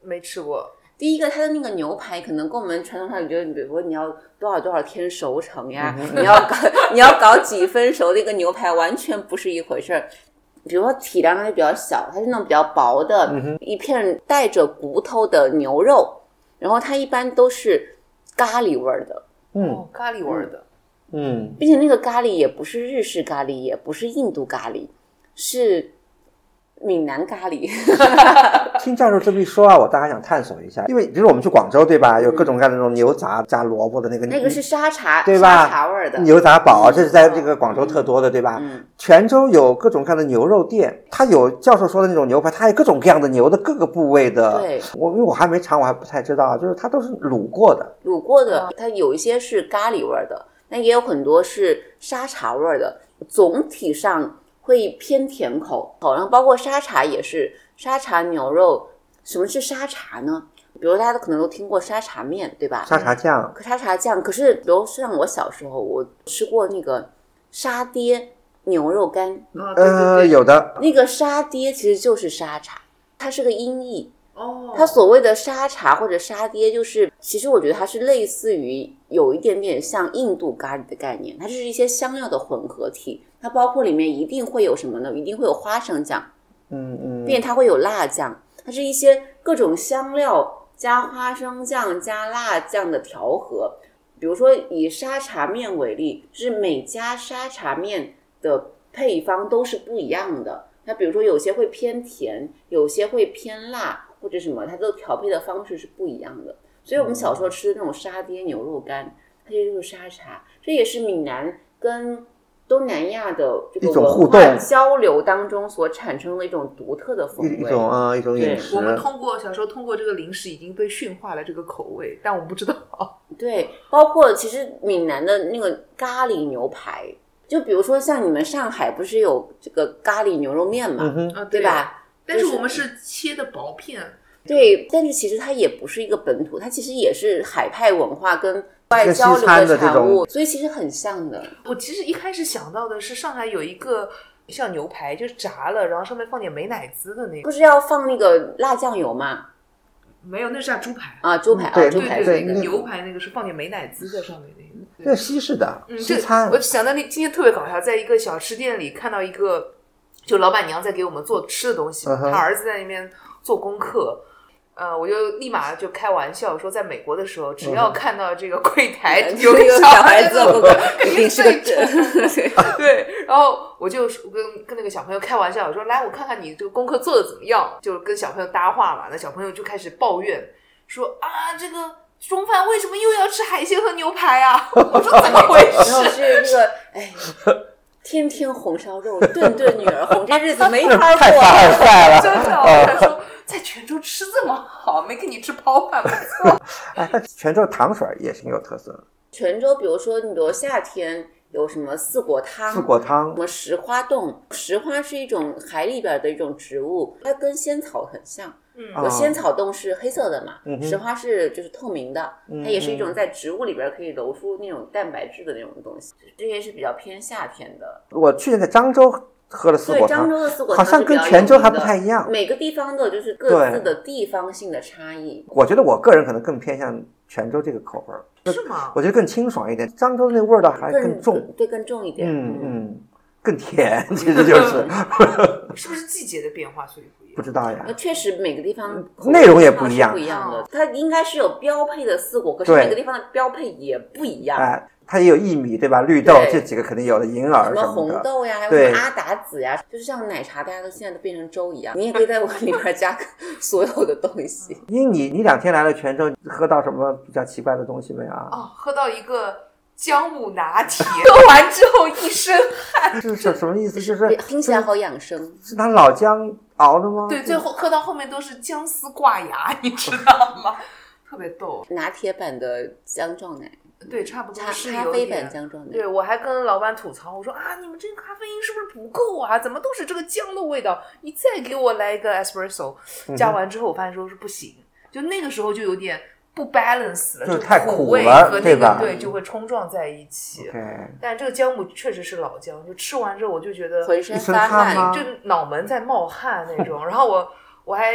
S3: 没吃过，
S4: 第一个，它的那个牛排可能跟我们传统上，你觉得，比如说你要多少多少天熟成呀，你要搞 你要搞几分熟的一个牛排，完全不是一回事儿。比如说体量它就比较小，它是那种比较薄的、
S1: 嗯
S4: 一片带着骨头的牛肉，然后它一般都是咖喱味儿的，
S1: 嗯
S3: 哦，咖喱味儿的，
S1: 嗯，
S4: 并且那个咖喱也不是日式咖喱，也不是印度咖喱，是闽南咖喱。
S1: 嗯听教授这么一说啊，我倒还想探索一下，因为比如我们去广州对吧，有各种各样的那种牛杂加萝卜的那个，
S4: 那个是沙茶，
S1: 对吧
S4: 沙茶味儿的。
S1: 牛杂煲，这是在这个广州特多的对吧？
S4: 嗯，
S1: 泉州有各种各样的牛肉店，它有教授说的那种牛排，它还有各种各样的牛的各个部位的。
S4: 对
S1: 我因为我还没尝，我还不太知道啊，就是它都是卤过的。
S4: 卤过的，它有一些是咖喱味儿的，那也有很多是沙茶味儿的，总体上会偏甜口。好，然后包括沙茶也是，沙茶牛肉，什么是沙茶呢？比如大家可能都听过沙茶面，对吧？
S1: 沙茶酱，
S4: 可沙茶酱，可是比如像我小时候，我吃过那个沙爹牛肉干，
S3: 啊，对
S1: 呃，
S3: 对对，
S1: 有的
S4: 那个沙爹其实就是沙茶，它是个音译。
S3: 哦，
S4: 它所谓的沙茶或者沙爹，就是其实我觉得它是类似于有一点点像印度咖喱的概念，它就是一些香料的混合体。它包括里面一定会有什么呢？一定会有花生酱，
S1: 嗯
S4: 并且
S1: 嗯，
S4: 它会有辣酱，它是一些各种香料加花生酱加辣酱的调和。比如说以沙茶面为例，是每家沙茶面的配方都是不一样的。那比如说有些会偏甜，有些会偏辣，或者什么，它都调配的方式是不一样的。所以我们小时候吃的那种沙爹牛肉干，它就是沙茶，这也是闽南跟东南亚的这
S1: 一
S4: 个
S1: 种互
S4: 文
S1: 动
S4: 化交流当中所产生的一种独特的风
S1: 一一
S4: 味。
S1: 种啊一种饮
S4: 对
S1: 食
S3: 我，们通过小时候通过这个零食已经被驯化了这个口味，但我们不知道。
S4: 对，包括其实闽南的那个咖喱牛排，就比如说像你们上海不是有这个咖喱牛肉面嘛，
S1: 嗯哼，
S3: 啊，
S4: 对？吧？
S3: 但是
S4: 就是
S3: 我们是切的薄片，
S4: 对，但是其实它也不是一个本土，它其实也是海派文化跟外
S1: 跟西
S4: 交流
S1: 餐的这
S4: 产
S1: 种
S4: 物，所以其实很像的。
S3: 我其实一开始想到的是上海有一个像牛排，就是炸了，然后上面放点美乃滋的那
S4: 不
S3: 个，
S4: 是要放那个辣酱油嘛？
S3: 没有，那是炸猪排。
S4: 啊，猪排
S1: 对
S4: 啊，
S3: 对
S4: 猪
S1: 那
S4: 排
S3: 对
S4: 是
S3: 对，
S4: 一个
S1: 那
S3: 牛排那个是放点美乃滋在上面那
S1: 那
S3: 个。
S1: 西式的
S3: 嗯，
S1: 西
S3: 对
S1: 餐
S3: 我，想到那今天特别搞笑，在一个小吃店里看到一个，就老板娘在给我们做吃的东西，
S1: 嗯哼
S3: 她儿子在那边做功课。呃，我就立马就开玩笑说，在美国的时候，只要看到这个柜台 有
S4: 有一哎个
S3: 小
S4: 小孩子
S3: 子，
S4: 我一
S3: 肯定
S4: 定是个
S3: 最丑
S4: 真。
S3: 对，然后我就说跟跟那个小朋友开玩笑，我说来，我看看你这个功课做的怎么样，就跟小朋友搭话嘛。那小朋友就开始抱怨说啊，这个中饭为什么又要吃海鲜和牛排啊？ 我说怎么回
S4: 然后
S3: 事？
S4: 是那个哎，天天红烧肉，顿顿女儿红，这日子没法
S1: 太凡尔
S4: 过。
S1: 赛了。
S3: 真的，
S4: 啊
S3: 我跟他说在泉州吃这么好，没给你吃泡饭吗？
S1: 哎，但泉州糖水儿也挺有特色的，
S4: 泉州，比如说你比如夏天有什么四果汤，
S1: 四果汤
S4: 什，么石花冻，石花是一种海里边的一种植物，它跟仙草很像。
S1: 啊
S3: 嗯，
S4: 有仙草冻是黑色的嘛，
S1: 嗯哼
S4: 石花是就是透明的，
S1: 嗯
S4: 它也是一种在植物里边可以揉出那种蛋白质的那种东西。这些是比较偏夏天的。
S1: 我去年在漳州喝了四
S4: 对，
S1: 果
S4: 漳
S1: 汤，
S4: 州的四果
S1: 好
S4: 汤
S1: 像
S4: 是
S1: 跟
S4: 比较
S1: 泉州
S4: 有名
S1: 还不
S4: 的
S1: 太一样。
S4: 每个地方的就是各
S1: 对
S4: 自的地方性的差异。
S1: 我觉得我个人可能更偏向泉州这个口味儿，
S3: 是吗？
S1: 我觉得更清爽一点。漳州那味儿道还更重，
S4: 对，更重一点。
S1: 嗯嗯，更甜， 其实就是
S3: 是不是季节的变化所以不一
S1: 不
S3: 样？
S1: 知道呀
S4: 那。呃确实每个地方
S1: 嗯内容也
S4: 口味
S1: 不一
S4: 是
S1: 样哦
S4: 不一样的。它应该是有标配的四果，可是
S1: 对
S4: 每个地方的标配也不一样。
S1: 哎，它也有薏米对吧？绿豆
S4: 呃对
S1: 这几个肯定有的，银耳
S4: 什
S1: 什
S4: 么
S1: 么
S4: 红
S1: 的。
S4: 豆呀，还有
S1: 对
S4: 什么阿达子呀，就是像奶茶，大家都现在都变成粥一样。你也可以在往里边加 所有的东 西。
S1: 因你你两天来了泉州，喝到什么比较奇怪的东西没啊？
S3: 哦，喝到一个姜母拿 铁，喝完之后一身
S1: 是什什么意思？就是
S4: 听起来好养生，
S1: 是拿老姜熬的吗？
S3: 对，最后喝到后面都是姜丝挂牙，你知道吗？ 特别逗。
S4: 拿铁版的姜撞奶，
S3: 对，差不多
S4: 咖
S3: 是
S4: 咖
S3: 有
S4: 啡版
S3: 点。
S4: 姜撞奶
S3: 对，。我还跟老板吐槽，我说啊，你们这个咖啡因是不是不够啊？怎么都是这个姜的味道？你再给我来一个 espresso，
S1: 嗯
S3: 加完之后我发现说是不行，就那个时候就有点不 balance 了，
S1: 就是
S3: 这个
S1: 太
S3: 苦
S1: 苦
S3: 味
S1: 了
S3: 和
S1: 对
S3: 那
S1: 吧
S3: 个对就会冲撞在一起。
S1: OK，
S3: 但这个姜母确实是老姜，就吃完之后我就觉得
S4: 浑身
S1: 一身
S4: 发
S1: 汗吗
S4: 汗，
S3: 就脑门在冒汗那种。然后我我还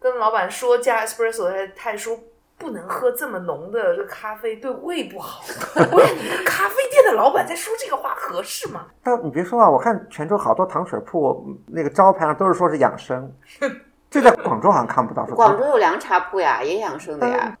S3: 跟老板说加 espresso，他他还说不能喝这么浓的这咖啡，对胃不好。 我想你个咖啡店的老板在说这个话合适吗？
S1: 但你别说啊，我看泉州好多糖水铺嗯那个招牌上都是说是养生，这在广州好像看不到。是吧
S4: 广州有凉茶铺呀，也养生的呀。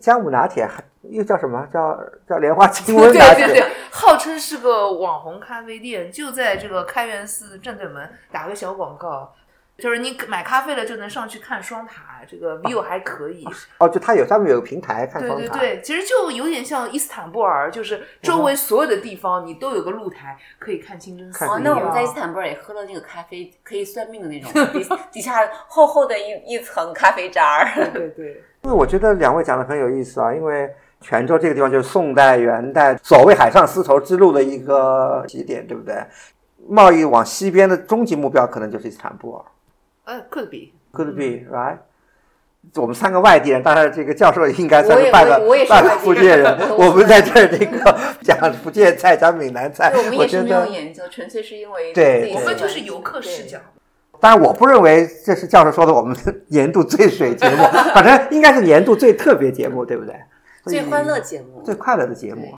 S1: 姜母拿铁还又叫什么？叫叫莲花清
S3: 对
S1: 瘟拿
S3: 对
S1: 铁
S3: 对，号称是个网红咖啡店，就在这个开元寺正对门，打个小广告。就是你买咖啡了就能上去看双塔，这个 view 还可以。
S1: 哦，就它有上面有个平台看
S3: 对
S1: 双
S3: 对
S1: 塔。
S3: 对，其实就有点像伊斯坦布尔，
S1: 嗯
S3: 就是周围所有的地方你都有个露台可以看清真寺。
S1: 看
S4: 哦，
S1: 清
S4: 那
S1: 真
S4: 我们在伊斯坦布尔也喝了那个咖啡，可以算命的那种，底底下厚厚的一一层咖啡渣儿。
S3: 对对，
S1: 因为我觉得两位讲的很有意思啊，因为泉州这个地方就是宋代、元代所谓海上丝绸之路的一个起点，对不对？贸易往西边的终极目标可能就是伊斯坦布尔
S3: 呃，could be。
S4: 嗯
S1: ，Could be right？我们三个外地人，当然这个教授应该算
S4: 我
S1: 是
S4: 也
S1: 半个
S4: 我也是
S1: 半个
S4: 外地
S1: 福建人
S4: 人。 我
S1: 我们在这儿这个讲福建菜，讲闽南菜
S4: 对，我们，
S1: 我
S4: 也
S1: 觉
S4: 是没有
S1: 得，
S4: 研究，纯粹是因为
S1: 对
S4: 自己
S1: 对
S3: 我
S4: 喜
S3: 们
S4: 欢
S3: 就是游客视角。
S1: 当然我不认为这是教授说的我们的 年度最水节目，反正应该是年度最特别节目，对不对？所以
S4: 最欢乐节目，
S1: 最快乐的节目。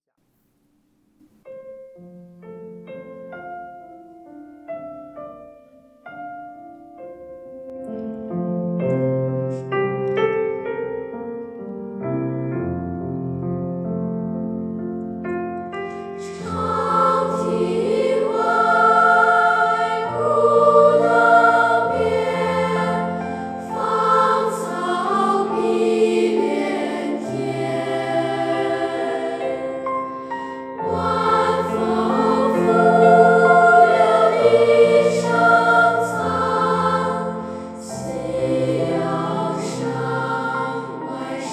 S5: 长堤外，古道边，芳草碧连天。晚风拂柳笛声残，夕阳山外山。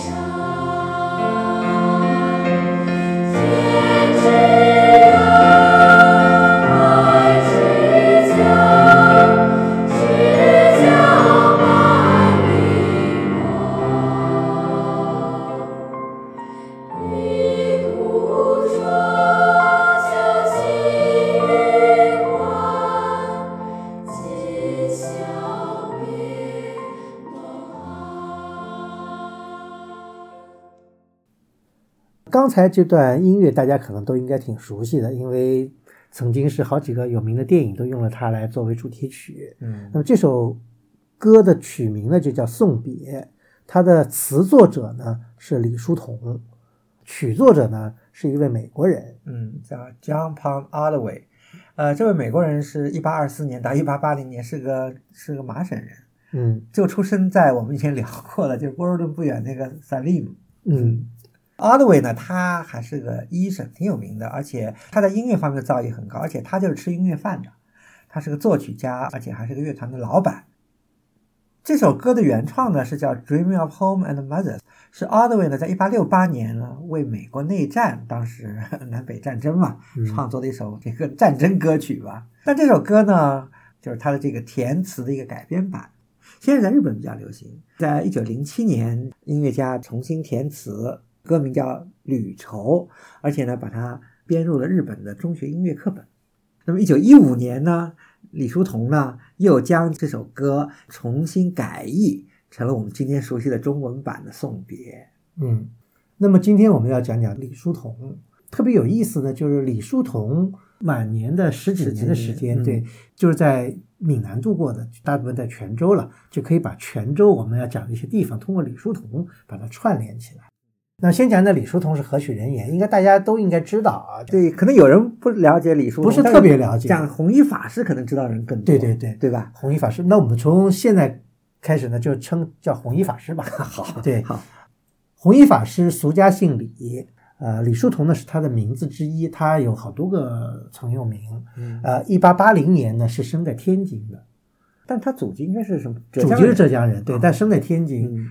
S5: 天之涯，海之角，知交半零落。一渡浊酒尽余欢，今宵别东海。
S2: 刚才这段音乐大家可能都应该挺熟悉的，因为曾经是好几个有名的电影都用了它来作为主题曲。
S6: 嗯
S2: 那么这首歌的曲名呢，就叫《送别》，它的词作者呢是李叔同，曲作者呢是一位美国人。
S6: 嗯，叫 John Pound Alloway，呃，这位美国人是一八二四年到一八八零年，是个是个麻省人，
S2: 嗯
S6: 就出生在我们以前聊过了，就是波士顿不远那个 Salim。
S2: 嗯
S6: Alloway 呢，他还是个医生，挺有名的，而且他在音乐方面的造诣很高，而且他就是吃音乐饭的，他是个作曲家，而且还是个乐团的老板。这首歌的原创呢是叫《Dreaming of Home and Mothers》，是 Alloway 呢在一八六八年呢为美国内战，当时 南北战争嘛，
S2: 嗯
S6: 创作的一首这个战争歌曲吧。但这首歌呢，就是它的这个填词的一个改编版，现在在日本比较流行。在一九零七年，音乐家重新填词，歌名叫《旅愁》，而且呢，把它编入了日本的中学音乐课本。那么一九一五年呢，李叔同呢又将这首歌重新改译，成了我们今天熟悉的中文版的《送别
S2: 嗯。那么今天我们要讲讲李叔同，特别有意思呢，就是李叔同晚年的十几
S6: 十几
S2: 年的时
S6: 年嗯
S2: 间，对，就是在闽南度过的，大部分在泉州了，就可以把泉州我们要讲的一些地方，通过李叔同把它串联起来。那先讲讲李叔同是何许人也，应该大家都应该知道啊。》。对
S6: 对，可能有人不了解李叔同，
S2: 不是
S6: 但
S2: 特别了解
S6: 讲弘一法师可能知道人更多。
S2: 对对对
S6: 对吧？
S2: 弘一法师，那我们从现在开始呢，就称叫弘一法师吧。 好，对，
S6: 好，
S2: 弘一法师俗家姓李，呃，李叔同呢是他的名字之一，他有好多个曾用名。
S6: 嗯
S2: 呃，一八八零年呢是生在天津的，
S6: 但他祖籍应该是什么？
S2: 祖
S6: 江
S2: 籍是
S6: 人
S2: 浙江人，啊对，但生在天津。
S6: 嗯，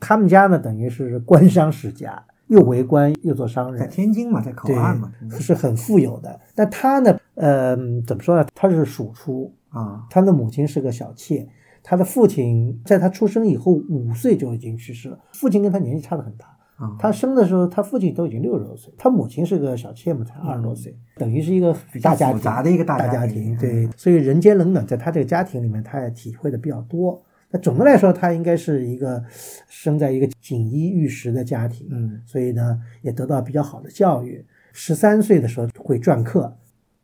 S2: 他们家呢等于是官商世家，又为官又做商
S6: 在
S2: 人，
S6: 天津嘛，在口
S2: 对
S6: 岸嘛，嗯，
S2: 是很富有的。但他呢，呃，怎么说呢？他是庶出，
S6: 啊，
S2: 他的母亲是个小妾，他的父亲在他出生以后五岁就已经去世了，父亲跟他年纪差得很大。
S6: 啊
S2: 他生的时候，他父亲都已经六十多岁，他母亲是个小妾嘛，才二十多岁，等于是一个
S6: 比较
S2: 大家
S6: 嗯复
S2: 庭
S6: 杂的一个大
S2: 大
S6: 家
S2: 家
S6: 庭嗯
S2: 庭。对，所以人间冷暖，在他这个家庭里面，他也体会的比较多。那总的来说，他应该是一个生在一个锦衣玉食的家庭，
S6: 嗯
S2: 所以呢，也得到比较好的教育。十三岁的时候会篆刻，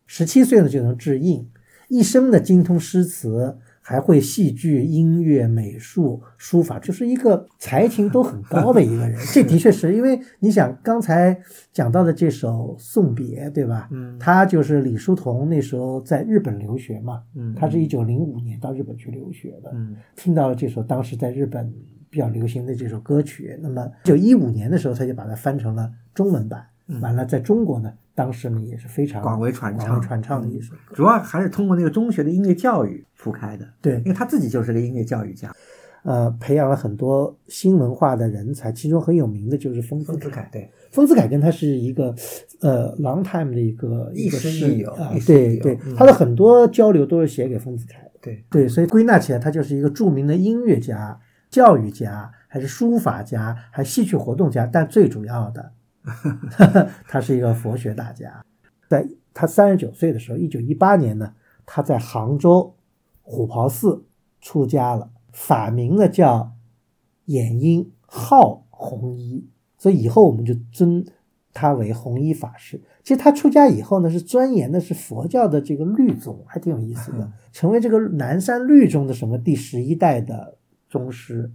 S2: 十七岁呢就能制印，一生呢精通诗词，还会戏剧、音乐、美术、书法，就是一个才情都很高的一个人。这的确是因为你想刚才讲到的这首《送别》，对吧？
S6: 嗯
S2: 他就是李叔同那时候在日本留学嘛，
S6: 嗯
S2: 他是一九零五年到日本去留学的，
S6: 嗯
S2: 听到了这首当时在日本比较流行的这首歌曲，那么一九一五年的时候，他就把它翻成了中文版，
S6: 嗯
S2: 完了在中国呢，当时呢也是非常
S6: 广为传唱嗯
S2: 广为传唱的一首歌。
S6: 主要还是通过那个中学的音乐教育铺开的，
S2: 对
S6: 因，为他自己就是个音乐教育家，
S2: 呃，培养了很多新文化的人才，其中很有名的就是丰子
S6: 丰子
S2: 恺。
S6: 恺对，
S2: 丰子恺跟他是一个呃 long time 的一个
S6: 亦
S2: 个
S6: 师
S2: 室
S6: 亦友
S2: 啊
S6: 亦，师亦
S2: 对
S6: 友
S2: 对
S6: 嗯，
S2: 他的很多交流都是写给丰子恺的。
S6: 对
S2: 对，所以归纳起来，他就是一个著名的音乐家、教育家，还是书法家，还戏剧活动家，但最主 要的，他是一个佛学大家。在他三十九岁的时候，一九一八年呢，他在杭州虎跑寺出家了，法名呢叫衍英号弘一，所以以后我们就尊他为弘一法师。其实他出家以后呢，是钻研的是佛教的这个律宗，还挺有意思
S6: 嗯
S2: 的，成为这个南山律宗的什么第十一代的宗师。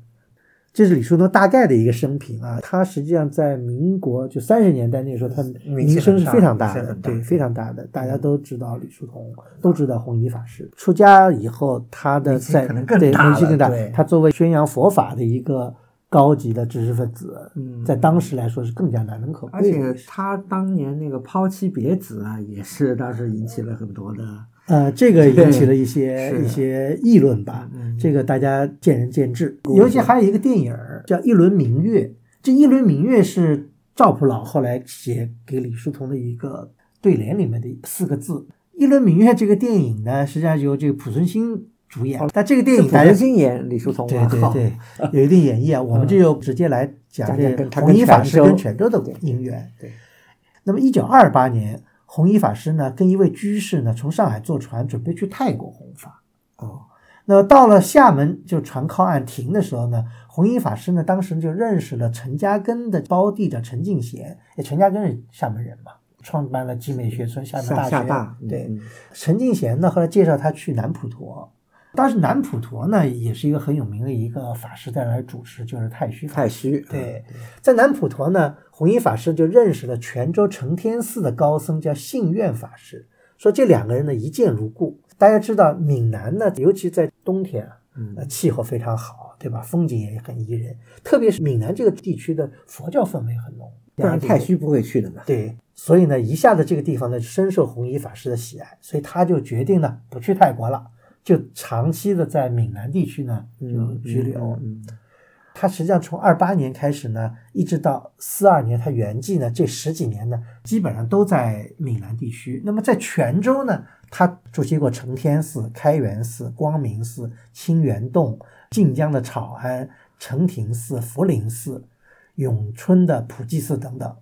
S2: 这是李叔同大概的一个生平啊，他实际上在民国就三十年代那个时候，他
S6: 名
S2: 名
S6: 气很
S2: 声是
S6: 大
S2: 非常
S6: 名
S2: 大
S6: 气
S2: 的，
S6: 很大
S2: 对，非常大的，大
S6: 嗯
S2: 家都知道李叔同，都知道弘一法师。出家以后，他的
S6: 名气
S2: 在
S6: 可能更
S2: 对
S6: 大
S2: 名气
S6: 了
S2: 更大
S6: 对，
S2: 他作为宣扬佛法的一个高级的知识分子，
S6: 嗯
S2: 在当时来说是更加难能可
S6: 而
S2: 贵的。
S6: 且他当年那个抛妻别子啊，也是当时引起了很多的，
S2: 呃，这个引起了
S6: 是
S2: 一些
S6: 的
S2: 一些议论吧
S6: 嗯嗯，
S2: 这个大家见仁见智。尤其还有一个电影儿叫《一轮明月》，这《一轮明月》是赵普老后来写给李叔同的一个对联里面的四个字。《一轮明月》这个电影呢，实际上由这个濮存昕主演，但这个电
S6: 是
S2: 影
S6: 普
S2: 大家
S6: 文心演李叔同
S2: 对
S6: 啊，
S2: 对 对，有一定演绎啊。我们这就直接来讲
S6: 讲
S2: 这
S6: 讲跟他
S2: 弘
S6: 跟
S2: 一法
S6: 泉
S2: 师
S6: 州
S2: 跟泉州的姻缘。
S6: 对，
S2: 那么一九二八年，弘一法师呢跟一位居士呢从上海坐船准备去泰国弘法。哦，那么到了厦门就船靠岸停的时候呢，弘一法师呢当时就认识了陈嘉庚的胞弟叫陈敬贤，哎，陈嘉庚是厦门人嘛，创办了集美学村厦门
S6: 厦
S2: 大学。
S6: 厦大，嗯
S2: 对，
S6: 嗯
S2: 陈敬贤呢，后来介绍他去南普陀。当时南普陀呢，也是一个很有名的一个法师在那儿主持，就是太虚法
S6: 太
S2: 师。
S6: 虚，嗯
S2: 对，在南普陀呢，弘一法师就认识了泉州承天寺的高僧，叫信愿法师。说这两个人呢，一见如故。大家知道，闽南呢，尤其在冬天啊，呃，
S6: 嗯，
S2: 气候非常好，对吧？风景也很宜人，特别是闽南这个地区的佛教氛围很浓，
S6: 不然太
S2: 虚。
S6: 虚不会去的嘛，
S2: 对，所以呢，一下子这个地方呢深受弘一法师的喜爱，所以他就决定呢不去泰国了，就长期的在闽南地区呢就
S6: 嗯，
S2: 居留。
S6: 嗯，嗯
S2: 他实际上从二八年开始呢，一直到四二年他圆寂呢，这十几年呢，基本上都在闽南地区。那么在泉州呢，他主席过承天寺、开元寺、光明寺、清源洞、晋江的草庵、承庭寺、福林寺、永春的普济寺等等。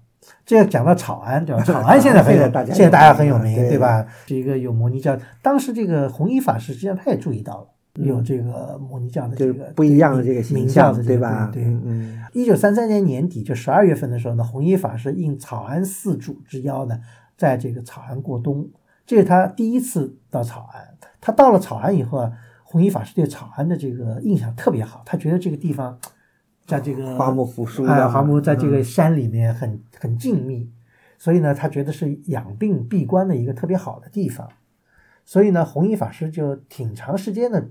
S2: 这要讲到草庵， 对吧？草庵现在很有，
S6: 现在大家
S2: 现在大家很有名，
S6: 对
S2: 对吧？是一个有摩尼教，当时这个弘一法师实际上他也注意到
S6: 嗯
S2: 了。有这个摩尼教的
S6: 就
S2: 这
S6: 是
S2: 个
S6: 不一样的这个形
S2: 名教
S6: 象
S2: 的，这
S6: 对
S2: 个
S6: 吧？
S2: 对，
S6: 嗯嗯，
S2: 一九三三年年底，就十二月份的时候呢，弘一法师应草庵寺主之邀呢，在这个草庵过冬。这是他第一次到草庵。他到了草庵以后啊，弘一法师对草庵的这个印象特别好，他觉得这个地方在这个
S6: 嗯花木扶疏
S2: 哎，
S6: 的，
S2: 华木在这个
S6: 嗯
S2: 山里面很、很静谧，所以呢，他觉得是养病闭关的一个特别好的地方。所以呢，弘一法师就挺长时间的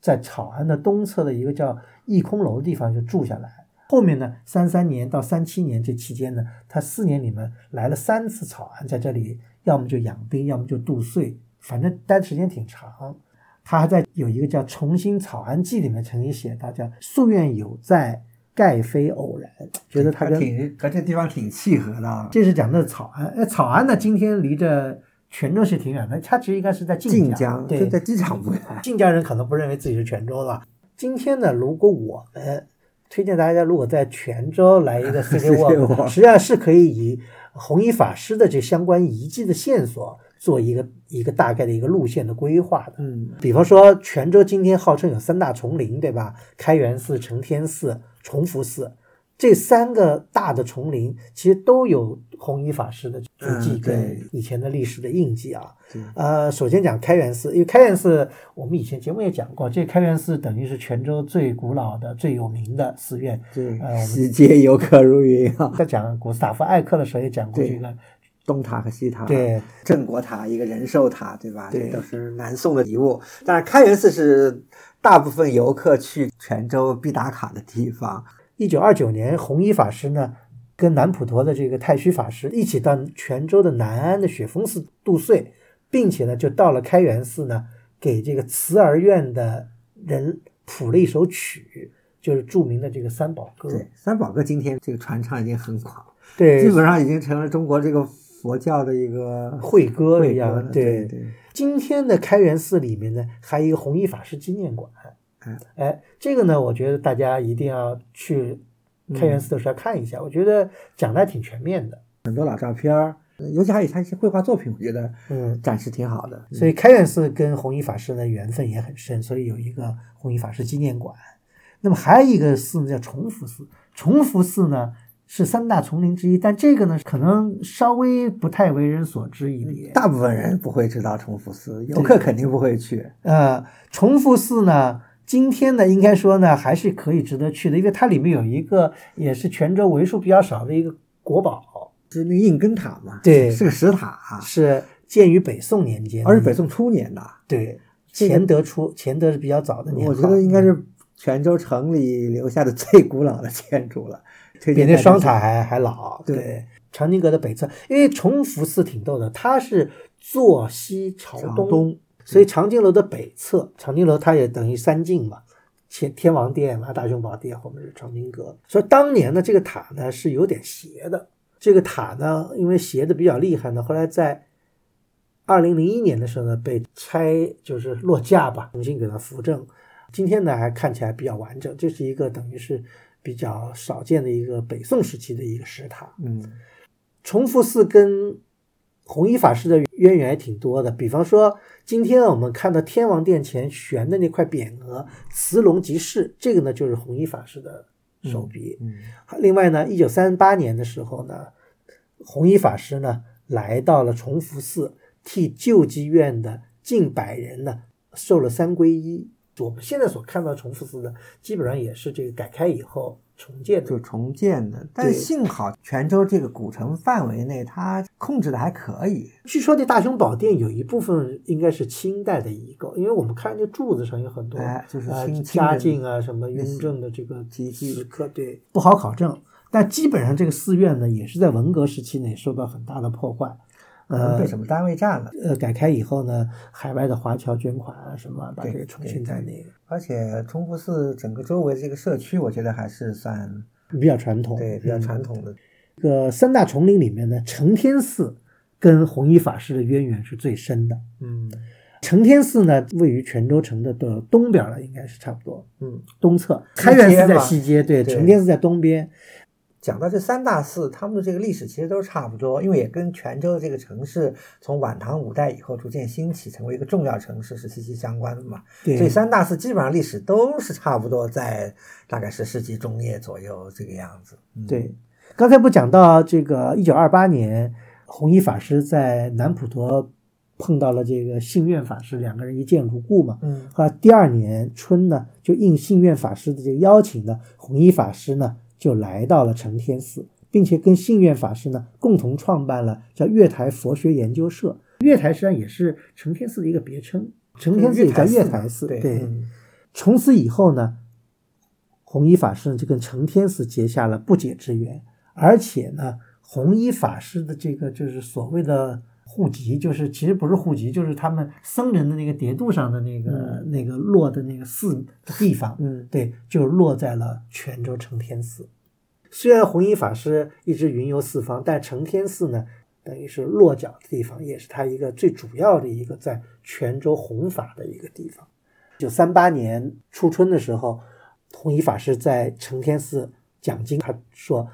S2: 在草庵的东侧的一个叫逸空楼的地方就住下来。后面呢，三三年到三七年这期间呢，他四年里面来了三次草庵，在这里要么就养病，要么就度岁，反正待的时间挺长。他还在有一个叫《重新草庵记》里面曾经写到叫“夙愿有在，盖非偶然”，觉得他
S6: 还
S2: 跟
S6: 挺和这地方挺契合的，啊
S2: 这是讲的草庵。哎，草庵呢，今天离着泉州是挺远的，它其实应该是在
S6: 晋
S2: 江
S6: 江
S2: 对
S6: 就在机场不远，
S2: 晋哎江人可能不认为自己是泉州了。今天呢，如果我们推荐大家，如果在泉州来一个 City Walk，
S6: walk
S2: 实际上是可以以弘一法师的这相关遗迹的线索做一个一个大概的一个路线的规划的。
S6: 嗯，
S2: 比方说，泉州今天号称有三大丛林，对吧？开元寺、承天寺、崇福寺，这三个大的丛林其实都有弘一法师的足迹
S6: 嗯
S2: 跟
S6: 对
S2: 以前的历史的印记啊。
S6: 对
S2: 呃，首先讲开元寺，因为开元寺我们以前节目也讲过，这开元寺等于是泉州最古老的、最有名的寺院。
S6: 对
S2: 呃，我，们
S6: 西街游客如云啊，
S2: 在讲古斯塔夫艾克的时候也讲过
S6: 对
S2: 这个，
S6: 东塔和西塔，
S2: 对，
S6: 镇国塔一个仁寿塔，对吧？
S2: 对
S6: 这都是南宋的遗物。当然，开元寺是大部分游客去泉州必打卡的地方。
S2: 一九二九年，弘一法师呢，跟南普陀的这个太虚法师一起到泉州的南安的雪峰寺度岁，并且呢，就到了开元寺呢，给这个慈儿院的人谱了一首曲，就是著名的这个三宝歌。
S6: 对，三宝哥今天这个传唱已经很广，
S2: 对，
S6: 基本上已经成了中国这个佛教的一个
S2: 会歌一
S6: 会
S2: 样
S6: 歌了。
S2: 对
S6: 对对，
S2: 今天的开元寺里面呢，还有一个弘一法师纪念馆，哎，这个呢，我觉得大家一定要去开元寺的时候看一下，我觉得讲的还挺全面的。
S1: 很多老照片儿，呃尤其还有他一些绘画作品，我觉得
S2: 嗯，
S1: 展示挺好的。
S2: 所以开元寺跟弘一法师的缘分也很深，所以有一个弘一法师纪念馆。那么还有一个寺呢叫崇福寺，崇福寺呢是三大丛林之一，但这个呢可能稍微不太为人所知一点。
S1: 大部分人不会知道崇福寺，游客肯定不会去。
S2: 呃，崇福寺呢，今天呢，应该说呢，还是可以值得去的，因为它里面有一个也是泉州为数比较少的一个国宝，
S1: 是那个硬根塔嘛，
S2: 对
S1: 是个石塔，啊
S2: 是建于北宋年间
S1: 哦
S2: 的，
S1: 而是北宋初年的。
S2: 对
S1: 这个
S2: 乾德初，乾德是比较早的年号，嗯
S1: 我觉得应该是泉州城里留下的最古老的建筑了，推
S2: 比
S1: 荐
S2: 那
S1: 大家
S2: 双
S1: 去
S2: 塔还还老。
S1: 对
S2: 对，长宁阁的北侧，因为崇福寺挺逗的，它是坐西朝
S1: 朝
S2: 东，
S1: 东
S2: 所以长靖楼的北侧，长靖楼它也等于三进嘛，天天王殿、嘛，大雄宝殿后面是长宁阁，所以当年的这个塔呢是有点斜的，这个塔呢因为斜的比较厉害呢，后来在二零零一年的时候呢被拆，就是落架吧，重新给它扶正，今天呢还看起来比较完整，这是一个等于是比较少见的一个北宋时期的一个石塔，
S1: 嗯，
S2: 崇福寺跟弘一法师的渊源也挺多的。比方说，今天我们看到天王殿前悬的那块匾额“慈龙集市”，这个呢就是弘一法师的手笔。
S1: 嗯
S2: 另外呢，一九三八年的时候呢，弘一法师呢来到了崇福寺，替救济院的近百人呢受了三皈依。我们现在所看到的崇福寺呢，基本上也是这个改开以后重建
S1: 就
S2: 的。
S1: 重建的。但
S2: 对
S1: 是幸好泉州这个古城范围内，它控制的还可以。
S2: 据说这大雄宝殿有一部分应该是清代的遗构，因为我们看这柱子上有很多，
S1: 哎就是
S2: 呃
S1: 清清
S2: 嘉
S1: 的
S2: 靖啊什么
S1: 那
S2: 雍
S1: 些
S2: 正的这个
S1: 题记
S2: 石刻，对，不好考证。但基本上这个寺院呢，也是在文革时期呢也受到很大的破坏，呃
S1: 被，什么单位占了？
S2: 呃，改开以后呢，海外的华侨捐款啊什么，把
S1: 对
S2: 这个重
S1: 对
S2: 新在
S1: 对
S2: 那个
S1: 而且崇福寺整个周围这个社区，我觉得还是算
S2: 比较传统，
S1: 对比较
S2: 嗯
S1: 传统的。
S2: 这个三大丛林里面呢，承天寺跟弘一法师的渊源是最深的。
S1: 嗯，
S2: 承天寺呢，位于泉州城的的东边了，应该是差不多，
S1: 嗯，
S2: 东侧。
S1: 西
S2: 开元寺
S1: 街
S2: 在
S1: 嘛
S2: 西街，对，
S1: 对
S2: 承天寺在东边。
S1: 讲到这三大寺，他们的这个历史其实都差不多，因为也跟泉州这个城市从晚唐五代以后逐渐兴起，成为一个重要城市是息息相关的嘛。
S2: 对，
S1: 所以三大寺基本上历史都是差不多在大概十世纪中叶左右这个样子。嗯、
S2: 对，刚才不讲到这个一九二八年，弘一法师在南普陀碰到了这个信愿法师，两个人一见如故嘛。
S1: 嗯，
S2: 后来第二年春呢，就应信愿法师的这个邀请呢，弘一法师呢就来到了承天寺，并且跟信愿法师呢共同创办了叫月台佛学研究社。月台实际上也是承天寺的一个别称，承天寺也叫月台寺。
S1: 对，嗯
S2: 从此以后呢，弘一法师呢就跟承天寺结下了不解之缘，而且呢，弘一法师的这个就是所谓的户籍，就是其实不是户籍，就是他们僧人的那个叠度上的那个、那个落的那个寺的地方，
S1: 嗯
S2: 对，就落在了泉州承天寺。虽然弘一法师一直云游四方，但承天寺呢，等于是落脚的地方，也是他一个最主要的一个在泉州弘法的一个地方。一九三八年初春的时候，弘一法师在承天寺讲经，他说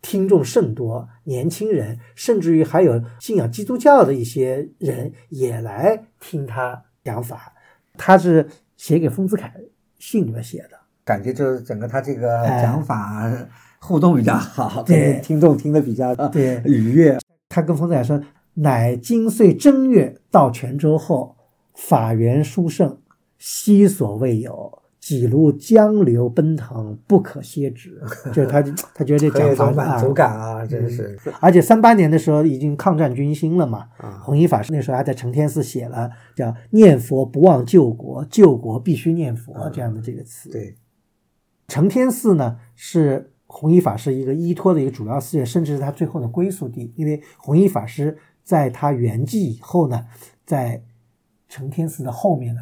S2: 听众甚多，年轻人甚至于还有信仰基督教的一些人也来听他讲法。他是写给丰子恺信里面写的。
S1: 感觉就是整个他这个
S2: 哎
S1: 讲法互动比较好，
S2: 对
S1: 跟听众听得比较呃
S2: 对
S1: 愉悦。
S2: 他跟丰子恺说：“乃今岁正月到泉州后，法源殊胜，昔所未有，几如江流奔腾，不可歇止。” 就是他，他觉得这
S1: 很有一
S2: 讲
S1: 种
S2: 法
S1: 满
S2: 啊
S1: 足感啊，真是。
S2: 而且三八年的时候已经抗战军心了嘛，
S1: 啊
S2: 弘一法师那时候还在承天寺写了叫“念佛不忘救国，救国必须念佛”这样的这个词。
S1: 对，
S2: 承天寺呢是弘一法师一个依托的一个主要寺院，甚至是他最后的归宿地。因为弘一法师在他圆寂以后呢，在承天寺的后面呢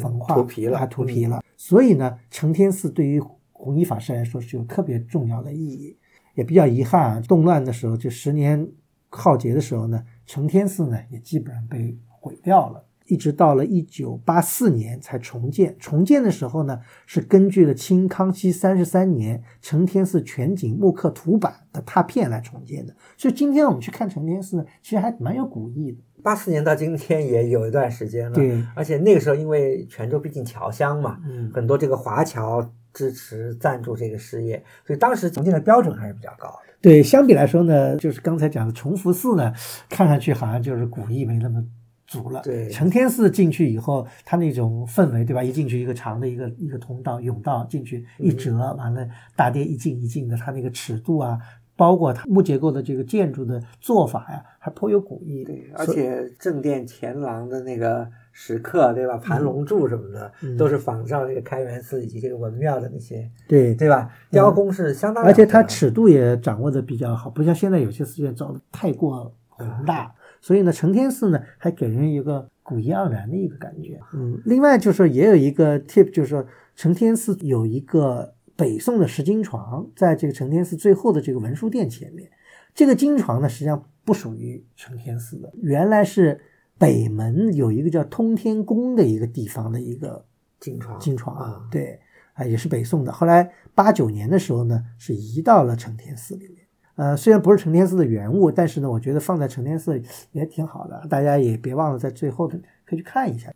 S2: 焚化
S1: 涂嗯皮了嗯
S2: 啊涂皮了。所以呢，承天寺对于弘一法师来说是有特别重要的意义。也比较遗憾啊，动乱的时候，就十年浩劫的时候呢，承天寺呢也基本上被毁掉了。一直到了一九八四年才重建。重建的时候呢，是根据了清康熙三十三年承天寺全景木刻图版的拓片来重建的。所以今天我们去看承天寺呢，其实还蛮有古意的。
S6: 八四年到今天也有一段时间了，
S2: 对，
S6: 而且那个时候因为泉州毕竟侨乡嘛，
S2: 嗯，
S6: 很多这个华侨支持赞助这个事业，所以当时重建的标准还是比较高的。
S2: 对，相比来说呢，就是刚才讲的崇福寺呢，看上去好像就是古意没那么足了。
S6: 对
S2: 承天寺进去以后，它那种氛围，对吧？一进去一个长的一个一个通道甬道进去一折，
S6: 嗯
S2: 完了大殿一进一进的，它那个尺度啊，包括它木结构的这个建筑的做法呀、还颇有古意。
S6: 对，而且正殿前廊的那个石刻，对吧？盘龙柱什么的，
S2: 嗯
S6: 都是仿照这个开元寺以及这个文庙的那些，
S2: 对
S6: 对吧？雕工是相当了
S2: 而
S6: 不得
S2: 且
S6: 的，
S2: 它尺度也掌握的比较好，不像现在有些寺院造的太过宏 大。所以呢，承天寺呢还给人一个古意盎然的一个感觉。嗯，另外就是说也有一个 tip，就是说承天寺有一个北宋的石经床，在这个承天寺最后的这个文殊殿前面。这个经床呢，实际上不属于承天寺的，原来是北门有一个叫通天宫的一个地方的一个
S6: 金床
S2: 金床啊
S6: 啊，，
S2: 对，啊也是北宋的。后来八九年的时候呢，是移到了承天寺里面。呃，虽然不是承天寺的原物，但是呢，我觉得放在承天寺里也挺好的，大家也别忘了在最后的可以去看一下。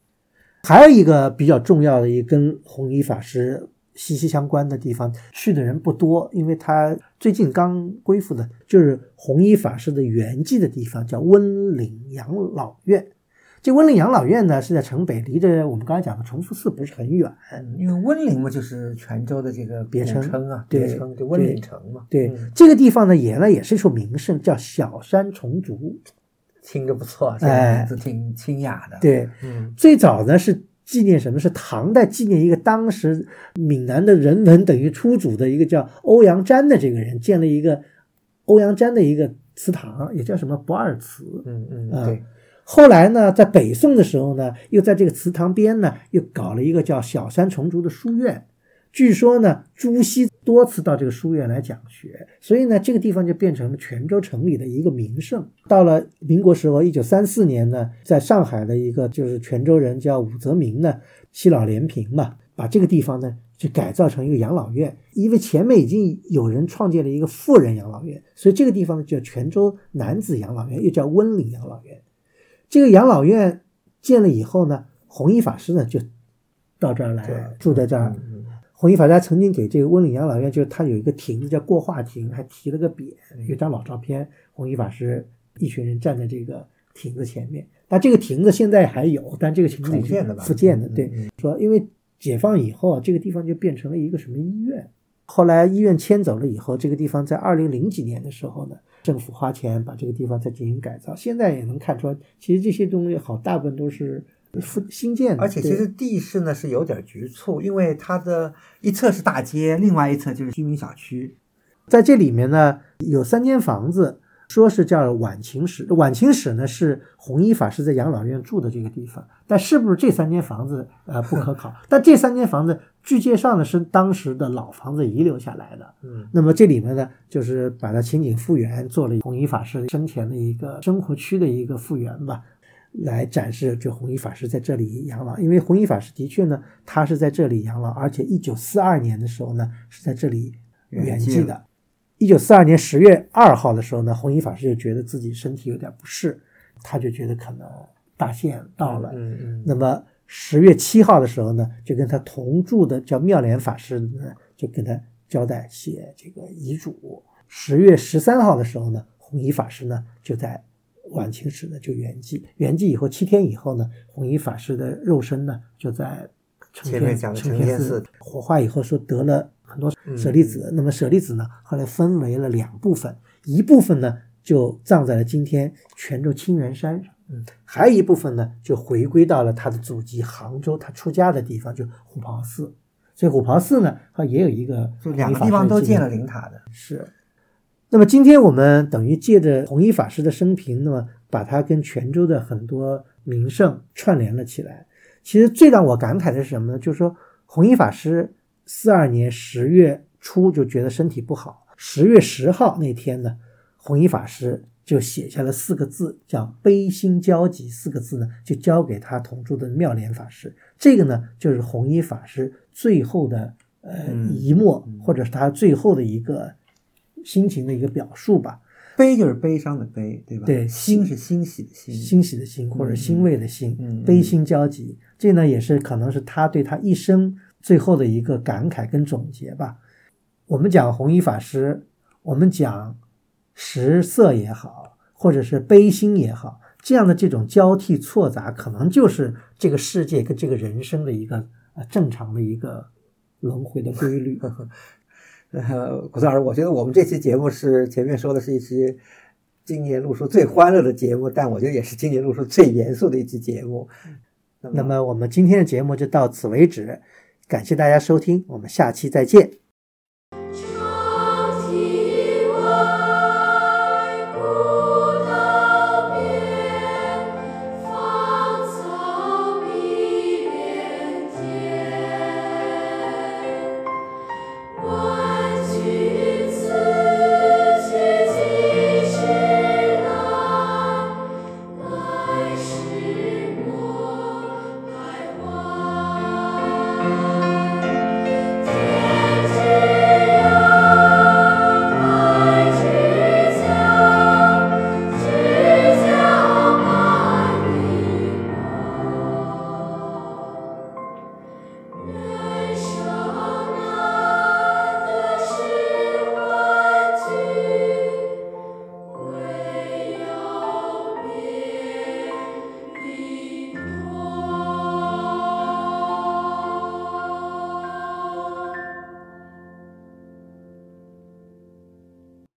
S2: 还有一个比较重要的一个跟弘一法师息息相关的地方，去的人不多，因为他最近刚恢复的，就是弘一法师的圆寂的地方，叫温岭养老院。这温岭养老院呢是在城北，离着我们刚才讲的崇福寺不是很远。
S6: 嗯因为温陵嘛，就是泉州的这个
S2: 别
S6: 古
S2: 称
S6: 称啊，
S2: 对
S6: 别称就温
S2: 对
S6: 岭城嘛，
S2: 对，
S6: 嗯
S2: 这个地方呢，原来也是一处名胜，叫小山重竹。
S6: 听着不错，这个
S2: 哎
S6: 名字挺清雅的，，
S2: 对，
S6: 嗯，
S2: 最早呢是纪念什么？是唐代纪念一个当时闽南的人文等于出主的一个叫欧阳詹的这个人，建了一个欧阳詹的一个祠堂，也叫什么不二祠。
S6: 嗯嗯，
S2: 啊
S6: 对，
S2: 后来呢，在北宋的时候呢，又在这个祠堂边呢，又搞了一个叫小山重竹的书院。据说呢，朱熹多次到这个书院来讲学，所以呢，这个地方就变成了泉州城里的一个名胜。到了民国时候，一九三四年呢，在上海的一个就是泉州人叫武则明呢，七老联平嘛，把这个地方呢就改造成一个养老院，因为前面已经有人创建了一个富人养老院，所以这个地方呢叫泉州男子养老院，又叫温岭养老院。这个养老院建了以后呢，弘一法师呢就到这儿来住
S6: 嗯
S2: 在这
S1: 嗯
S2: 儿。弘一法师还曾经给这个温岭养老院，就是他有一个亭子叫过化亭，还提了个匾，有张老照片，弘一法师一群人站在这个亭子前面。那这个亭子现在还有，但这个亭子已
S6: 重
S2: 经
S6: 嗯建的吧
S2: 复建的，对
S6: 嗯嗯，
S2: 说因为解放以后啊，这个地方就变成了一个什么医院。后来医院迁走了以后，这个地方在二零零几年的时候呢，政府花钱把这个地方再进行改造。现在也能看出来，其实这些东西好大部分都是复新建的，
S6: 而且其
S2: 对
S6: 实地势呢是有点局促，因为它的一侧是大街，另外一侧就是居民小区。
S2: 在这里面呢，有三间房子，说是叫晚晴室。晚晴室呢是弘一法师在养老院住的这个地方，但是不是这三间房子呃不可考。 但这三间房子据介绍呢是当时的老房子遗留下来的。
S6: 嗯，
S2: 那么这里面呢，就是把它情景复原，做了弘一法师生前的一个生活区的一个复原吧，来展示就弘一法师在这里养老。因为弘一法师的确呢，他是在这里养老，而且一九四二年的时候呢，是在这里圆
S6: 圆
S2: 寂
S6: 寂
S2: 的。一九四二年十月二号的时候呢，弘一法师就觉得自己身体有点不适，他就觉得可能大限到了，
S6: 嗯嗯，
S2: 那么十月七号的时候呢，就跟他同住的叫妙莲法师呢，就跟他交代写这个遗嘱。十月十三号的时候呢，弘一法师呢就在晚清时呢就圆寂，圆寂以后七天以后呢，弘一法师的肉身呢就在承
S6: 前
S2: 天
S6: 面讲的
S2: 承
S6: 承
S2: 天
S6: 天
S2: 寺
S6: 寺嗯
S2: 火化以后说得了很多舍利子，那么舍利子呢后来分为了两部分，一部分呢就葬在了今天泉州清源山上，
S6: 嗯，
S2: 还有一部分呢就回归到了他的祖籍杭州，他出家的地方就虎跑寺。所以虎跑寺呢，它也有一个
S6: 就两个
S2: 弘一法
S6: 地方
S2: 师的
S6: 都
S2: 纪
S6: 建
S2: 念
S6: 了灵塔的。
S1: 嗯
S2: 是。那么今天我们等于借着弘一法师的生平，那么把它跟泉州的很多名胜串联了起来。其实最让我感慨的是什么呢？就是说弘一法师四二年十月初就觉得身体不好，十月十号那天呢，弘一法师就写下了四个字，叫“悲心交集”。四个字呢，就交给他同住的妙莲法师。这个呢，就是弘一法师最后的呃
S1: 嗯
S2: 一墨，或者是他最后的一个心情的一个表述吧。
S1: 悲就是悲伤的悲，对吧？
S2: 对
S1: 欣是欣喜的欣。
S2: 欣喜的欣或者欣慰的欣，
S1: 嗯
S2: 悲心交集。这呢也是可能是他对他一生最后的一个感慨跟总结吧。我们讲弘一法师，我们讲食色也好，或者是悲心也好，这样的这种交替错杂，可能就是这个世界跟这个人生的一个呃正常的一个轮回的规律。
S1: 呃， 古老师，我觉得我们这期节目是前面说的是一期今年录出最欢乐的节目，但我觉得也是今年录出最严肃的一期节目。
S2: 那么我们今天的节目就到此为止，感谢大家收听，我们下期再见。